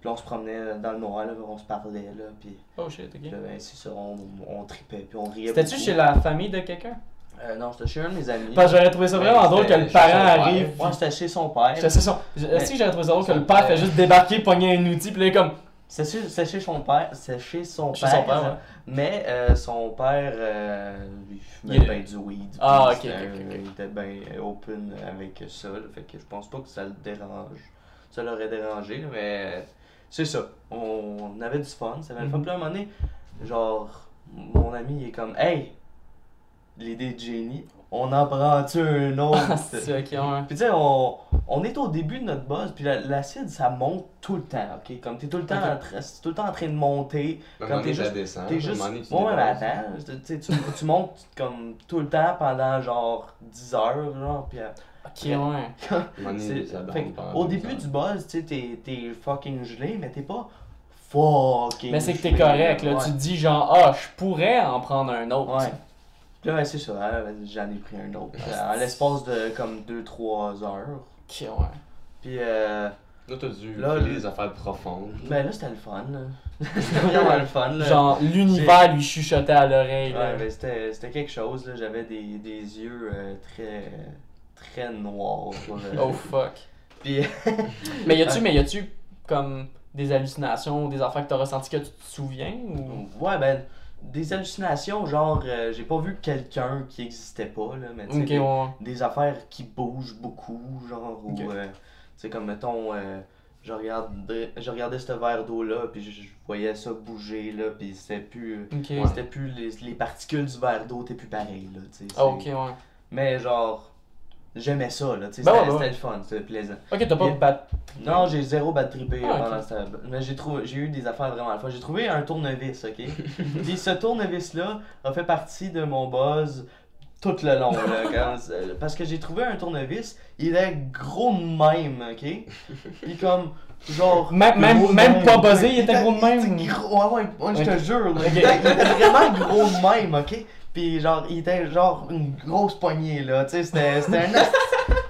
Speaker 2: Puis là, on se promenait dans le noir, là, on se parlait, là, puis
Speaker 3: Oh shit,
Speaker 2: puis
Speaker 3: ok.
Speaker 2: là, ben, c'est ça, on, on tripait, puis on riait.
Speaker 3: C'était-tu
Speaker 2: beaucoup.
Speaker 3: chez la famille de quelqu'un?
Speaker 2: Euh, non, c'était chez un de mes amis.
Speaker 3: Parce que j'aurais trouvé ça vraiment
Speaker 1: Ouais,
Speaker 3: drôle que
Speaker 1: c'était
Speaker 3: le
Speaker 1: chez
Speaker 3: parent
Speaker 1: son père.
Speaker 3: arrive.
Speaker 2: Ouais, c'était chez son père.
Speaker 3: J'étais- c'est ça. Je- Est-ce que j'aurais trouvé ça drôle que le
Speaker 2: Son
Speaker 3: père fait
Speaker 2: père.
Speaker 3: juste débarquer, pogner un outil, puis là, il est comme.
Speaker 2: C'était chez, c'était chez son père. C'était chez son
Speaker 3: Chez
Speaker 2: père.
Speaker 3: son père, ouais.
Speaker 2: Mais euh, son père, euh, il fumait
Speaker 3: Il-
Speaker 2: ben du weed.
Speaker 3: Ah,
Speaker 2: puis
Speaker 3: ok, ok,
Speaker 2: c'était-
Speaker 3: ok, ok.
Speaker 2: Il était bien open avec ça. là, fait que je pense pas que ça le dérange. Ça l'aurait dérangé, là, mais euh, c'est ça. On, on avait du fun. Ça avait le fun.
Speaker 3: Mhm.
Speaker 2: Puis à un moment donné, genre, mon ami, il est comme, hey, l'idée de génie, on en prend-tu un
Speaker 3: Ah,
Speaker 2: autre?
Speaker 3: c'est ok, ouais.
Speaker 2: Puis tu sais, on, on est au début de notre buzz, puis la- l'acide, ça monte tout le temps, ok? Comme t'es tout le temps,
Speaker 3: Ok.
Speaker 2: en train- c'est tout le temps en train de monter.
Speaker 1: Ah, Mais à un
Speaker 2: Comme
Speaker 1: moment donné,
Speaker 2: t'es
Speaker 1: ça
Speaker 2: juste-
Speaker 1: descend, à
Speaker 2: T'es
Speaker 1: un
Speaker 2: juste.
Speaker 1: moment
Speaker 2: Ouais,
Speaker 1: donné, tu
Speaker 2: mais
Speaker 1: dépasses.
Speaker 2: attends, tu, sais, tu, tu montes comme tout le temps pendant genre 10 heures, genre, puis à-
Speaker 3: Ok, ouais.
Speaker 1: À un moment donné,
Speaker 2: c'est-
Speaker 1: ça
Speaker 2: fait
Speaker 1: donne
Speaker 2: que
Speaker 1: pendant
Speaker 2: Au
Speaker 1: deux
Speaker 2: début
Speaker 1: heures.
Speaker 2: du buzz, tu sais, t'es- t'es fucking gelé, mais t'es pas fucking.
Speaker 3: Mais c'est que t'es
Speaker 2: gelé,
Speaker 3: correct, là.
Speaker 2: ouais.
Speaker 3: Tu te dis genre, ah, je pourrais en prendre un autre.
Speaker 2: Ouais. Puis là, ben, c'est ça, hein, j'en ai pris un autre.
Speaker 1: Ah,
Speaker 2: euh, en l'espace de comme 2-3 heures.
Speaker 3: Ok, ouais.
Speaker 2: Puis euh.
Speaker 1: Là, t'as dû
Speaker 2: Là,
Speaker 1: filer
Speaker 2: le-
Speaker 1: des affaires profondes.
Speaker 2: Ben là, c'était le fun, là. c'était vraiment le fun, là.
Speaker 3: Genre, l'univers lui chuchotait à l'oreille. là.
Speaker 2: Ouais, mais c'était c'était quelque chose, là. J'avais des, des yeux euh, très. très noirs, quoi. Euh, là.
Speaker 3: Oh fuck.
Speaker 2: Puis,
Speaker 3: Mais y a-tu, mais y a-tu comme des hallucinations ou des affaires que t'as ressenti que tu te souviens ou.
Speaker 2: ouais, ben. Des hallucinations, genre, euh, j'ai pas vu quelqu'un qui existait pas, là, mais tu sais,
Speaker 3: Ok,
Speaker 2: des,
Speaker 3: ouais.
Speaker 2: des affaires qui bougent beaucoup, genre, ou.
Speaker 3: Ok.
Speaker 2: euh, tu sais, comme mettons. euh, je regardais, je regardais ce verre d'eau-là, puis je je voyais ça bouger, là, puis c'était plus,
Speaker 3: Ok.
Speaker 2: c'était plus les, les particules du verre d'eau, t'es plus pareil, là, tu sais.
Speaker 3: Ah,
Speaker 2: c'est-
Speaker 3: ok, ouais.
Speaker 2: Mais genre, j'aimais ça, là. tu sais,
Speaker 3: Ben
Speaker 2: c'était
Speaker 3: ouais, ben
Speaker 2: c'était
Speaker 3: ouais.
Speaker 2: le fun, c'était plaisant.
Speaker 3: Ok, t'as pas
Speaker 2: Yeah.
Speaker 3: battu.
Speaker 2: Non, j'ai zéro bad trippé
Speaker 3: Ah,
Speaker 2: pendant
Speaker 3: ok.
Speaker 2: cette- Mais j'ai trouvé j'ai eu des affaires vraiment le fun. J'ai trouvé un tournevis, ok? Puis ce tournevis-là a fait partie de mon buzz tout le long, là, quand- euh, Parce que j'ai trouvé un tournevis, il est gros de même, ok? Puis comme, genre.
Speaker 3: Même,
Speaker 2: gros
Speaker 3: même,
Speaker 2: de
Speaker 3: même
Speaker 2: même.
Speaker 3: pas buzzé, il était gros de même.
Speaker 2: C'est gros, ouais, ouais, je te
Speaker 3: Ok.
Speaker 2: jure, là,
Speaker 3: Ok.
Speaker 2: il était il était vraiment gros de même, ok? Puis genre, il était genre une grosse poignée, là, tu sais, c'était c'était un asti-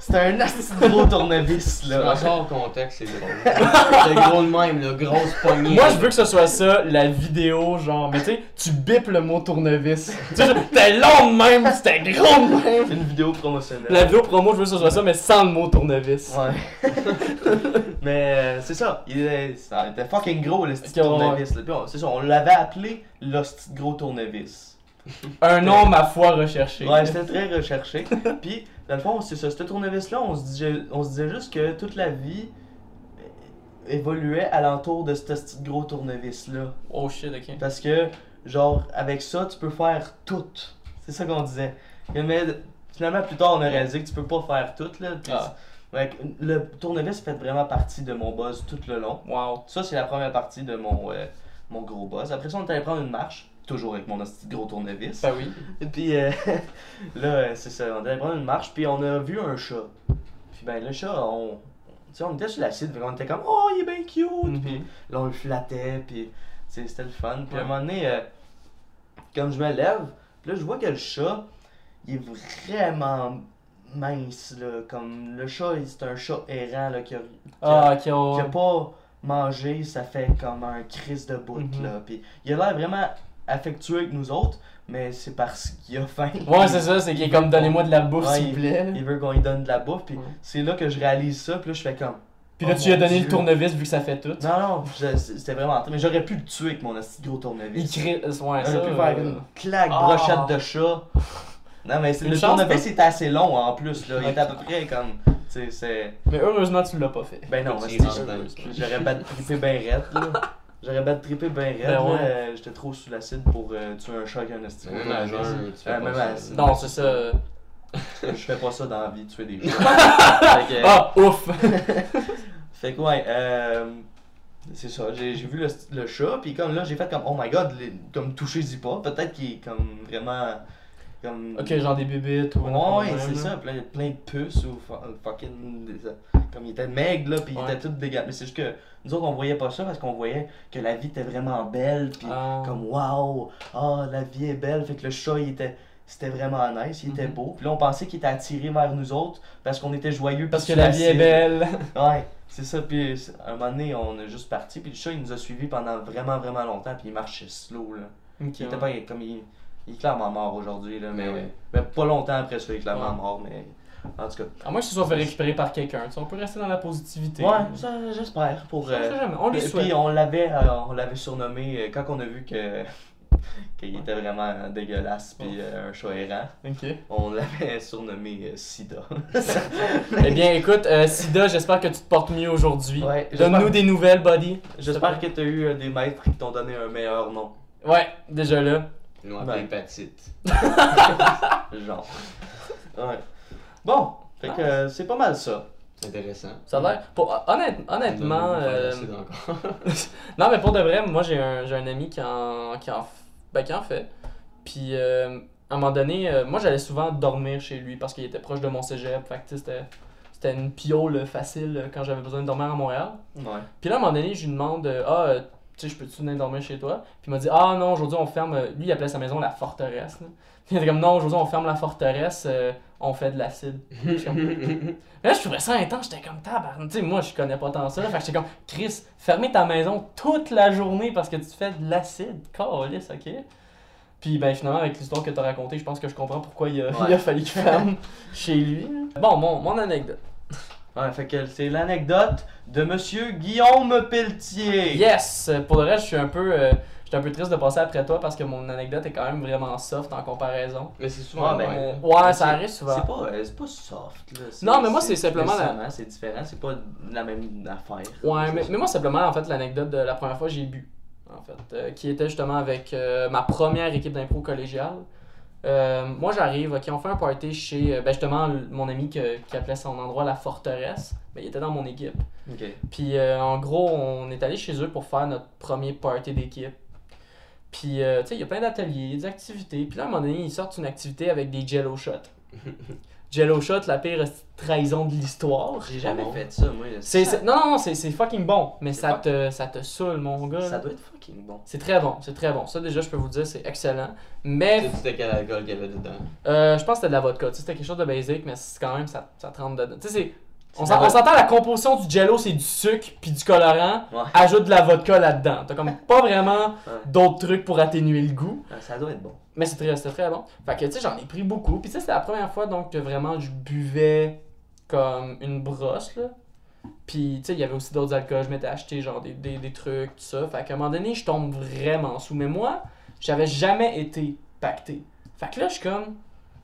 Speaker 2: c'était un asti de gros tournevis,
Speaker 1: Tu m'en
Speaker 2: là.
Speaker 1: sors au contexte, c'est drôle. c'est gros de même, là, grosse poignée.
Speaker 3: Moi, je veux que ce soit ça, la vidéo, genre, mais tu sais, tu bipes le mot tournevis. Tu sais, genre, t'es long de même, c'était gros de même.
Speaker 2: C'est une vidéo promotionnelle.
Speaker 3: La vidéo promo, je veux que ce soit ça, mais sans le mot tournevis.
Speaker 2: Ouais. Mais euh, c'est ça, il est- ça était fucking gros, le petit
Speaker 3: Ok, ouais,
Speaker 2: tournevis. là. Puis on- C'est ça, on l'avait appelé le petit gros tournevis.
Speaker 3: Un nom, ma foi, recherché.
Speaker 2: Ouais, c'était très recherché. Puis, dans le fond, c'est ça, ce tournevis-là, on se disait, on se disait juste que toute la vie, évoluait alentour de ce petit gros tournevis-là.
Speaker 3: Oh shit, ok.
Speaker 2: Parce que, genre, avec ça, tu peux faire tout. C'est ça qu'on disait. Mais finalement, plus tard, on a réalisé que tu peux pas faire tout. Là, Puis,
Speaker 3: Ah.
Speaker 2: ouais, le tournevis fait vraiment partie de mon buzz tout le long.
Speaker 3: Wow.
Speaker 2: Ça, c'est la première partie de mon, euh, mon gros buzz. Après ça, on est allé prendre une marche. Toujours avec mon petit gros tournevis.
Speaker 3: Ben oui.
Speaker 2: Et puis euh, là, euh, c'est ça, on allait prendre une marche, puis on a vu un chat. Puis ben, le chat, on. Tu sais, on était sur l'acide, puis on était comme, oh, il est bien cute. Puis
Speaker 3: Mhm.
Speaker 2: là, on le flattait, puis tu sais, c'était le fun. Puis à un
Speaker 3: Ouais.
Speaker 2: moment donné, euh, comme je me lève, puis là, je vois que le chat, il est vraiment mince, là. Comme le chat, il- c'est un chat errant, là, qui a, qui a-
Speaker 3: Ah, ok,
Speaker 2: qui a
Speaker 3: on.
Speaker 2: pas mangé, ça fait comme un crise de bout,
Speaker 3: Mhm.
Speaker 2: là. Puis il a l'air vraiment affectueux avec nous autres, mais c'est parce qu'il a faim.
Speaker 3: Ouais, c'est ça, c'est qu'il est comme donnez-moi de la bouffe
Speaker 2: Ouais,
Speaker 3: s'il vous plaît. là.
Speaker 2: Il veut qu'on lui donne de la bouffe, puis
Speaker 3: Ouais.
Speaker 2: c'est là que je réalise ça, puis là je fais comme.
Speaker 3: Puis là,
Speaker 2: Oh
Speaker 3: tu lui as
Speaker 2: mon
Speaker 3: donné le
Speaker 2: Dieu.
Speaker 3: tournevis vu que ça fait tout.
Speaker 2: Non, non, je- c'était vraiment. Mais j'aurais pu le tuer avec mon petit gros tournevis.
Speaker 3: Il crée. Ouais, ça.
Speaker 2: J'aurais pu
Speaker 3: euh,
Speaker 2: faire une claque
Speaker 3: Ah.
Speaker 2: brochette de chat. Non, mais c'est-
Speaker 3: Une
Speaker 2: le
Speaker 3: chance,
Speaker 2: tournevis
Speaker 3: parce-
Speaker 2: était assez long en plus, là. Il était à
Speaker 3: Ok.
Speaker 2: peu près comme. Tu sais, c'est.
Speaker 3: Mais heureusement, tu l'as pas fait.
Speaker 2: Ben non,
Speaker 1: Petit
Speaker 2: hostie,
Speaker 1: rentre dans le-
Speaker 2: j'ai- j'aurais bad trippé ben raide, là. J'aurais bad trippé ben raide,
Speaker 3: Ben ouais.
Speaker 2: là. Euh, J'étais trop sous l'acide pour euh, tuer un chat avec un esti.
Speaker 1: Même à jeun, tu fais
Speaker 2: Ouais,
Speaker 1: pas
Speaker 2: Euh, même
Speaker 1: ça.
Speaker 2: à jeun.
Speaker 3: Non, c'est ça. euh,
Speaker 2: Je fais pas ça dans la vie, tuer des chats. fait, que,
Speaker 3: Ah, ouf!
Speaker 2: fait que ouais, euh, c'est ça. J'ai j'ai vu le, le chat, puis comme là, j'ai fait comme, oh my god, les- comme touchez-y pas. Peut-être qu'il est comme vraiment. Comme...
Speaker 3: ok, genre des bébites ou
Speaker 2: Ouais, ouais, c'est ça, plein, plein de puces ou fu- euh, fucking. des- euh, Comme il était maigre, là, pis il
Speaker 3: Ouais.
Speaker 2: était tout dégueulasse. Mais c'est juste que nous autres, on voyait pas ça parce qu'on voyait que la vie était vraiment belle, pis
Speaker 3: Ah.
Speaker 2: comme waouh, ah, la vie est belle. Fait que le chat, il était. C'était vraiment nice, il était
Speaker 3: Mhm.
Speaker 2: beau. Puis là, on pensait qu'il était attiré vers nous autres parce qu'on était joyeux.
Speaker 3: Parce que
Speaker 2: pis
Speaker 3: la vie est
Speaker 2: facile.
Speaker 3: belle.
Speaker 2: Ouais, c'est ça. Puis c'est- à un moment donné, on est juste parti. Puis le chat, il nous a suivis pendant vraiment, vraiment longtemps. Puis il marchait slow, là.
Speaker 3: Ok,
Speaker 2: Il était
Speaker 3: ouais.
Speaker 2: pas comme il, il est clairement mort aujourd'hui là, mais,
Speaker 1: Ouais.
Speaker 2: mais pas longtemps après ça, il est clairement
Speaker 3: Ouais.
Speaker 2: mort, mais en tout cas.
Speaker 3: À moins qu'il se soit fait récupérer par quelqu'un. tu sais, On peut rester dans la positivité.
Speaker 2: Ouais, ça j'espère pour.
Speaker 3: On
Speaker 2: euh,
Speaker 3: sait jamais, on le
Speaker 2: puis-
Speaker 3: souhaite.
Speaker 2: puis on l'avait, euh, on l'avait surnommé euh, quand on a vu que qu'il était vraiment dégueulasse puis euh, un chat errant,
Speaker 3: Ok.
Speaker 2: on l'avait surnommé euh, Sida.
Speaker 3: eh bien, écoute, euh, Sida, j'espère que tu te portes mieux aujourd'hui.
Speaker 2: Ouais,
Speaker 3: Donne-nous
Speaker 2: j'espère-
Speaker 3: des nouvelles, buddy.
Speaker 2: J'espère que t'as eu euh, des maîtres qui t'ont donné un meilleur nom,
Speaker 3: Ouais, déjà là.
Speaker 1: Non,
Speaker 2: Ben.
Speaker 1: hépatite.
Speaker 2: genre. Ouais. Bon, fait que euh, c'est pas mal ça.
Speaker 1: Intéressant.
Speaker 3: Ça a l'air. Pour- honnête- honnêtement.
Speaker 1: On va
Speaker 3: euh,
Speaker 1: faire l'acide encore.
Speaker 3: non, mais pour de vrai, moi, j'ai un, j'ai un ami qui en, qui en, f- ben, qui en fait. Puis, euh, à un moment donné, euh, moi, j'allais souvent dormir chez lui parce qu'il était proche de mon cégep. Fait que, tu sais, c'était- c'était une piole facile euh, quand j'avais besoin de dormir à Montréal.
Speaker 2: Ouais.
Speaker 3: Puis là, à un moment donné, je lui demande euh, Ah, euh, tu sais, je peux-tu venir dormir chez toi Puis il m'a dit Ah non, aujourd'hui, on ferme. euh, Lui, il appelait sa maison la forteresse. là. Puis il était comme Non, aujourd'hui, on ferme la forteresse, euh, on fait de l'acide. Puis je suis comme- Là, je trouvais ça intense, j'étais comme tabarnak. Tu sais, moi, je connais pas tant ça. là. Fait que j'étais comme Chris, fermer ta maison toute la journée parce que tu fais de l'acide. Calisse, ok puis ben finalement avec l'histoire que t'as racontée, je pense que je comprends pourquoi il a, il a fallu qu'il ferme chez lui. Bon, mon, mon anecdote.
Speaker 2: Ouais, fait que c'est l'anecdote de Monsieur Guillaume Pelletier.
Speaker 3: Yes! Pour le reste, je suis un peu, euh, j'étais un peu triste de passer après toi parce que mon anecdote est quand même vraiment soft en comparaison.
Speaker 1: Mais c'est souvent
Speaker 2: Ah, ben,
Speaker 1: ouais.
Speaker 3: Euh,
Speaker 2: Ouais.
Speaker 3: ouais, ça
Speaker 2: C'est-
Speaker 3: arrive souvent.
Speaker 2: C'est pas, euh, c'est pas soft, là.
Speaker 3: Non, mais moi, c'est simplement la-
Speaker 2: différent, C'est différent, c'est pas la même affaire.
Speaker 3: Ouais, mais, mais moi, simplement, en fait, l'anecdote de la première fois, j'ai bu, en fait, euh, qui était justement avec euh, ma première équipe d'impro collégiale. Euh, moi, j'arrive, ok, on fait un party chez, euh, ben, justement, l- mon ami que- qui appelait son endroit la forteresse, ben, il était dans mon équipe.
Speaker 2: Ok.
Speaker 3: Puis euh, en gros, on est allé chez eux pour faire notre premier party d'équipe. Puis euh, tu sais, il y a plein d'ateliers, des activités. Puis là, à un moment donné, ils sortent une activité avec des jello shots. jello shots, la pire trahison de l'histoire.
Speaker 2: J'ai jamais
Speaker 1: bon.
Speaker 2: fait ça, moi.
Speaker 3: C'est-
Speaker 2: ça,
Speaker 3: c'est- non, non, non, c'est c'est fucking bon, mais
Speaker 2: Ah C'est
Speaker 3: ça
Speaker 2: pas-
Speaker 3: te, ça te saoule, mon gars.
Speaker 2: ça doit être fucking bon.
Speaker 3: C'est très bon, c'est très bon. Ça, déjà, je peux vous le dire, c'est excellent. Mais
Speaker 1: Tu sais quel alcool qu'il y avait dedans.
Speaker 3: euh, je pense que c'était de la vodka. Tu sais, c'était quelque chose de basic, mais c'est quand même, ça, ça te rentre dedans. Tu sais, c'est- on
Speaker 2: C'est de la
Speaker 3: s'en- on s'entend, la composition du jello, c'est du sucre puis du colorant.
Speaker 2: Ouais.
Speaker 3: Ajoute de la vodka là-dedans. T'as comme pas vraiment
Speaker 2: Ouais.
Speaker 3: d'autres trucs pour atténuer le goût.
Speaker 2: Ah, Ça doit être bon.
Speaker 3: Mais c'est très, c'était très bon. Fait que, tu sais, j'en ai pris beaucoup. Puis, tu sais, c'était la première fois, donc, que vraiment, je buvais comme une brosse, là. Puis, tu sais, il y avait aussi d'autres alcools. Je m'étais acheté, genre, des, des, des trucs, tout ça. Fait qu'à un moment donné, je tombe vraiment sous. Mais moi, j'avais jamais été pacté. Fait que là, je suis comme...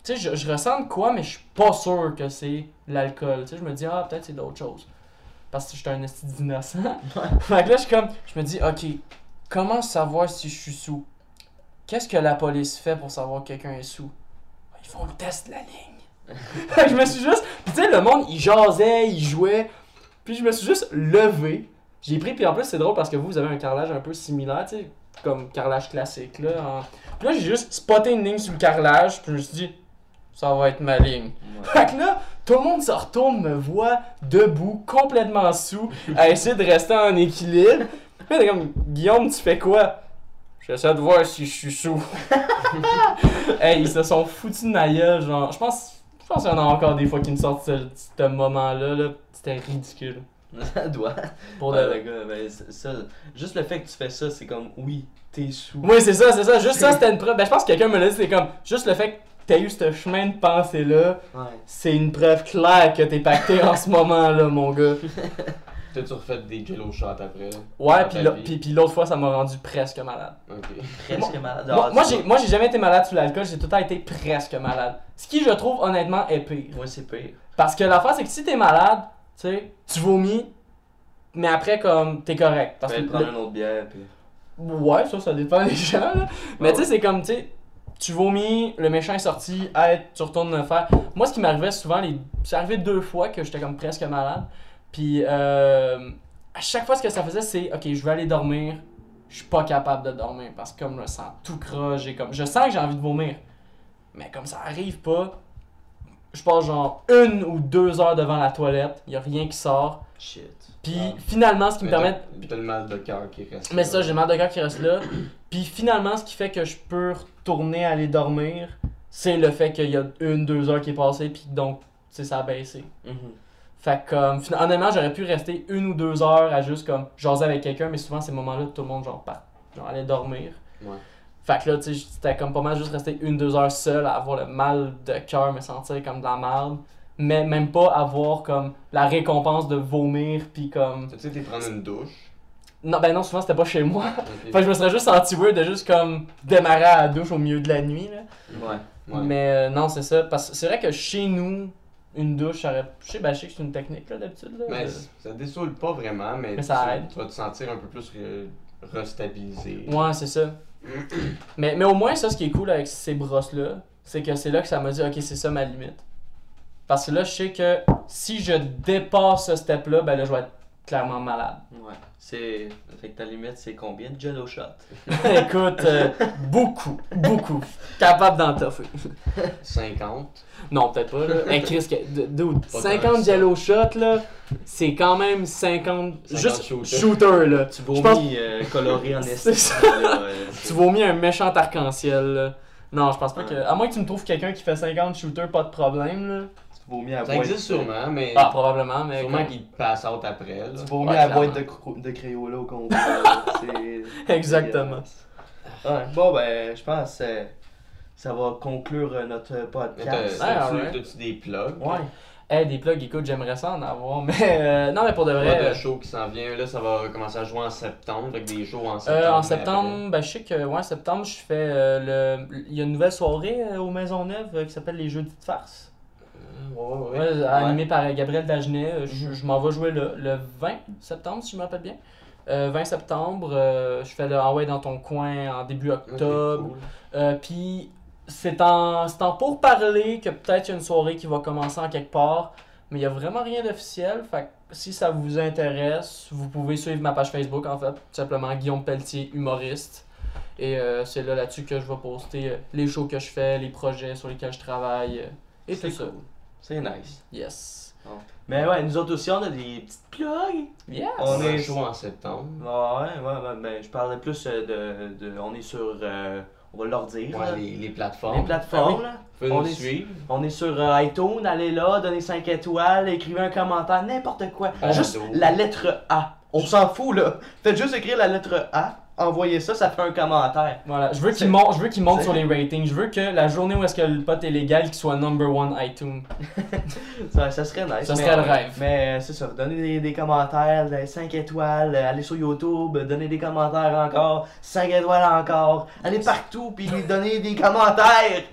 Speaker 3: Tu sais, je, je ressens de quoi, mais je suis pas sûr que c'est l'alcool. Tu sais, je me dis, ah, peut-être c'est d'autres choses. parce que j'étais un esti d'innocent. fait que là, je suis comme, je me dis, ok, comment savoir si je suis sous Qu'est-ce que la police fait pour savoir que quelqu'un est sous Ils font le test de la ligne. Fait que je me suis juste, puis tu sais, le monde, il jasait, il jouait, puis je me suis juste levé. J'ai pris, puis en plus, c'est drôle parce que vous, vous avez un carrelage un peu similaire, tu sais, comme carrelage classique, là. en- Puis là, j'ai juste spoté une ligne sur le carrelage, puis je me suis dit, ça va être ma ligne. Fait que là, tout le monde se retourne, me voit debout, complètement sous, à essayer de rester en équilibre. Puis là, t'es comme, Guillaume, tu fais quoi? J'essaie de voir si je suis sous. hey, ils se sont foutus de ma gueule, genre. Je pense, je pense qu'il y en a encore des fois qui me sortent ce, ce moment-là, là. C'était ridicule.
Speaker 2: Ça doit.
Speaker 3: Pour de
Speaker 2: Ouais,
Speaker 3: vrai.
Speaker 2: le gars, ben, c'est- ça, juste le fait que tu fais ça, c'est comme oui, t'es sous.
Speaker 3: Oui, c'est ça, c'est ça. Juste ça, c'était une preuve. Ben, je pense que quelqu'un me l'a dit, c'est comme, juste le fait que t'as eu ce chemin de pensée-là,
Speaker 2: Ouais.
Speaker 3: c'est une preuve claire que t'es pacté en ce moment-là, mon gars.
Speaker 1: T'as-tu refait des jello shots après? là?
Speaker 3: Ouais,
Speaker 1: Dans
Speaker 3: puis
Speaker 1: ta
Speaker 3: la-
Speaker 1: vie?
Speaker 3: puis- puis l'autre fois, ça m'a rendu presque malade.
Speaker 1: Ok.
Speaker 2: Presque malade.
Speaker 3: moi,
Speaker 2: Ah,
Speaker 3: moi,
Speaker 2: c'est
Speaker 3: j'ai,
Speaker 2: pas-
Speaker 3: moi, j'ai jamais été malade sous l'alcool, j'ai tout le temps été presque malade. Ce qui, je trouve, honnêtement, est pire.
Speaker 2: Moi, c'est pire.
Speaker 3: Parce que l'affaire, c'est que si t'es malade, tu sais, tu vomis, mais après, comme, t'es correct. Parce
Speaker 1: Ben,
Speaker 2: Parce
Speaker 3: que
Speaker 2: que
Speaker 3: le-
Speaker 2: Ben, prendre une autre bière, puis.
Speaker 3: Ouais, ça, ça dépend des gens, là.
Speaker 1: Ah
Speaker 3: Mais tu sais, c'est comme, tu sais, tu vomis, le méchant est sorti, hey, tu retournes le faire. Moi, ce qui m'arrivait souvent, les... c'est arrivé deux fois que j'étais comme presque malade. Puis, euh, à chaque fois, ce que ça faisait, c'est, ok, je vais aller dormir, je suis pas capable de dormir parce que comme je me sens tout croche, j'ai comme, je sens que j'ai envie de vomir. Mais comme ça arrive pas, je passe genre une ou deux heures devant la toilette, y a rien qui sort.
Speaker 2: Shit.
Speaker 3: Puis,
Speaker 1: Ah.
Speaker 3: finalement, ce qui me
Speaker 1: Mais
Speaker 3: permet
Speaker 1: t'as- T'as le mal de cœur qui reste.
Speaker 3: mais
Speaker 1: là.
Speaker 3: ça, j'ai mal de cœur qui reste là. Puis finalement, ce qui fait que je peux retourner aller dormir, c'est le fait qu'il y a une, deux heures qui est passée, puis donc, tu sais, ça a baissé.
Speaker 2: Mhm.
Speaker 3: Fait que, comme, fina- honnêtement, j'aurais pu rester une ou deux heures à juste, comme, jaser avec quelqu'un, mais souvent, ces moments-là, tout le monde, genre, part, genre, allait dormir.
Speaker 1: Ouais.
Speaker 3: Fait que là, tu sais, c'était comme pas mal juste rester une, deux heures seul à avoir le mal de cœur, me sentir comme de la merde, mais même pas avoir, comme, la récompense de vomir, puis comme...
Speaker 1: T'as-tu été prendre une douche?
Speaker 3: Non, ben non, souvent, c'était pas chez moi.
Speaker 1: Ok.
Speaker 3: Fait que je me serais juste senti weird de juste comme démarrer à la douche au milieu de la nuit. Là.
Speaker 2: Ouais.
Speaker 1: Ouais.
Speaker 3: Mais euh, non, c'est ça. Parce que c'est vrai que chez nous, une douche, ça aurait... je sais, ben, je sais que c'est une technique là, d'habitude. Là,
Speaker 1: Mais
Speaker 3: de-
Speaker 1: c- ça te dessoule pas vraiment, mais,
Speaker 3: Euh. Mais ça
Speaker 1: tu,
Speaker 3: aide.
Speaker 1: tu vas te sentir un peu plus re- restabilisé.
Speaker 3: Ouais, c'est ça. mais, mais au moins, ça, ce qui est cool avec ces brosses-là, c'est que c'est là que ça m'a dit, ok, c'est ça ma limite. Parce que là, je sais que si je dépasse ce step-là, ben là, je vais être clairement malade.
Speaker 2: Ouais. C'est. Fait que ta limite, c'est combien de jello shot
Speaker 3: Écoute, euh, beaucoup, beaucoup. Capable d'en toffer.
Speaker 1: 50.
Speaker 3: Non, peut-être pas, là. Mais Chris, que- d- dude,
Speaker 1: Pas
Speaker 3: 50
Speaker 1: tant que
Speaker 3: jello shots, là, c'est quand même 50.
Speaker 1: 50
Speaker 3: juste shooter,
Speaker 1: shooters.
Speaker 3: là. Je
Speaker 2: Tu
Speaker 3: pense-
Speaker 2: vomis euh, coloré en
Speaker 3: C'est
Speaker 2: estime.
Speaker 3: ça.
Speaker 2: là, euh,
Speaker 3: Tu
Speaker 2: c'est-
Speaker 3: vomis un méchant arc-en-ciel, là. Non, je pense pas
Speaker 2: Ouais.
Speaker 3: que. À moins que tu me trouves quelqu'un qui fait 50 shooters, pas de problème, là.
Speaker 2: Tu vomis à
Speaker 1: Ça
Speaker 2: boîte.
Speaker 1: existe sûrement, mais
Speaker 3: Ah, probablement, mais.
Speaker 1: sûrement
Speaker 3: comme-
Speaker 1: qu'il te passe out après. Là.
Speaker 2: Tu vomis
Speaker 3: Ouais,
Speaker 2: à la boîte de, cro- de Crayola au compte.
Speaker 3: Exactement.
Speaker 2: Ouais. Bon, ben, je pense que ça va conclure euh, notre
Speaker 1: Mais t'as-
Speaker 2: podcast.
Speaker 3: Ouais.
Speaker 1: t'as-tu
Speaker 3: alright.
Speaker 1: t'as-tu des plugs?
Speaker 2: Ouais.
Speaker 3: Eh, des plugs, écoute, j'aimerais ça en avoir, mais. euh, non, mais pour de vrai.
Speaker 1: Pas de
Speaker 3: euh,
Speaker 1: show qui s'en vient. Là, ça va commencer à jouer en septembre, avec des shows en septembre.
Speaker 3: euh, en
Speaker 1: mais
Speaker 3: septembre, ben, je sais que, ouais, en septembre, je fais euh, le. Il y a une nouvelle soirée euh, au Maisonneuve euh, qui s'appelle les Jeudis de farce.
Speaker 1: après. Ouais, ouais, ouais.
Speaker 3: Ouais, euh, animé par Gabriel Dagenet. Euh, Je, je m'en vais jouer le, le 20 septembre, si je me rappelle bien. Euh, 20 septembre, euh, je fais le Ah ouais dans ton coin en début
Speaker 1: Ok,
Speaker 3: octobre.
Speaker 1: cool.
Speaker 3: Euh, Puis c'est en, c'est en pourparler que peut-être il y a une soirée qui va commencer en quelque part. Mais il n'y a vraiment rien d'officiel. Fait que si ça vous intéresse, vous pouvez suivre ma page Facebook en fait. Tout simplement Guillaume Pelletier, humoriste. Et euh, c'est là là-dessus que je vais poster euh, les shows que je fais, les projets sur lesquels je travaille. euh, et tout
Speaker 2: C'est
Speaker 3: ça.
Speaker 2: cool. C'est nice.
Speaker 3: Yes.
Speaker 2: Mais ouais, nous autres aussi, on a des petites plugs.
Speaker 3: Yeah.
Speaker 2: On
Speaker 1: a un
Speaker 2: est.
Speaker 1: show en septembre.
Speaker 2: Ouais, ouais, ouais, ouais, ben, je parlais plus euh, de, de- On est sur. euh, on va leur dire. là,
Speaker 1: Ouais, les, les plateformes.
Speaker 2: les Ah plateformes, là.
Speaker 1: Vous pouvez
Speaker 2: On
Speaker 1: nous
Speaker 2: est-
Speaker 1: suivre.
Speaker 2: On est sur euh, iTunes, allez là, donnez 5 étoiles, écrivez un commentaire, n'importe quoi.
Speaker 1: Ah,
Speaker 2: juste
Speaker 1: dos.
Speaker 2: la lettre A. On s'en fout là. Faites juste écrire la lettre A, envoyez ça, ça fait un commentaire.
Speaker 3: Voilà, je veux
Speaker 2: C'est-
Speaker 3: qu'il monte, je veux qu'il monte
Speaker 2: c'est-
Speaker 3: sur les ratings. Je veux que la journée où est-ce que le pote est légal, qu'il soit number one iTunes.
Speaker 2: Ça, ça serait nice.
Speaker 3: Ça
Speaker 2: mais-
Speaker 3: serait le rêve.
Speaker 2: Mais euh, c'est ça, donnez des, des commentaires, 5 étoiles, euh, allez sur YouTube, euh, donnez des commentaires encore, 5 étoiles encore, allez partout puis donnez des commentaires.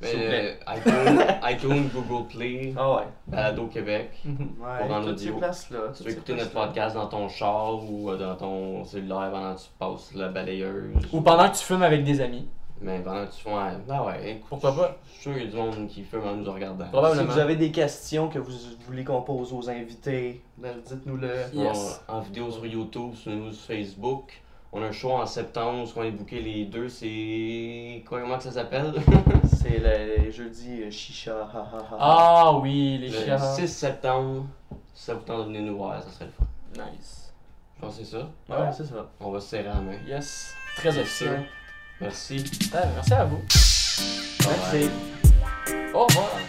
Speaker 1: Mais,
Speaker 2: S'il vous plaît.
Speaker 1: euh, iTunes, iTunes, Google Play,
Speaker 2: Ah ouais.
Speaker 1: Balado Québec.
Speaker 3: Mhm.
Speaker 2: Ouais,
Speaker 1: Pour en
Speaker 2: toutes
Speaker 1: audio.
Speaker 2: ces places-là.
Speaker 1: Tu peux écouter notre podcast dans ton char ou euh, dans ton cellulaire pendant que tu passes la balayeuse.
Speaker 3: Ou pendant que tu fumes avec des amis.
Speaker 1: Mais pendant que tu fais. un- Ah ouais, écoute.
Speaker 3: Pourquoi pas?
Speaker 1: Je suis sûr qu'il y a du monde qui fume en nous regardant.
Speaker 3: Probable-
Speaker 2: Si
Speaker 3: Probablement.
Speaker 2: vous avez des questions que vous voulez qu'on pose aux invités, ben, dites-nous-le.
Speaker 1: On-
Speaker 3: Yes.
Speaker 1: en vidéo sur YouTube, sur nous sur Facebook. On a un show en septembre où on est booké les deux. C'est. quoi- Comment que ça s'appelle
Speaker 2: C'est le jeudi euh, chicha. ha, ha, ha.
Speaker 3: Ah oui, les
Speaker 1: Le
Speaker 3: chiens.
Speaker 1: 6 septembre. Si ça vous tente de venir nous voir, ça serait le fun.
Speaker 3: Nice.
Speaker 1: Je pense que c'est ça.
Speaker 2: Ouais, c'est ça.
Speaker 1: On va se serrer la main.
Speaker 3: Yes. Très
Speaker 1: Bien
Speaker 3: officiel.
Speaker 1: Merci.
Speaker 3: Ah, merci à vous.
Speaker 1: Bye bye.
Speaker 2: Merci.
Speaker 3: Au revoir.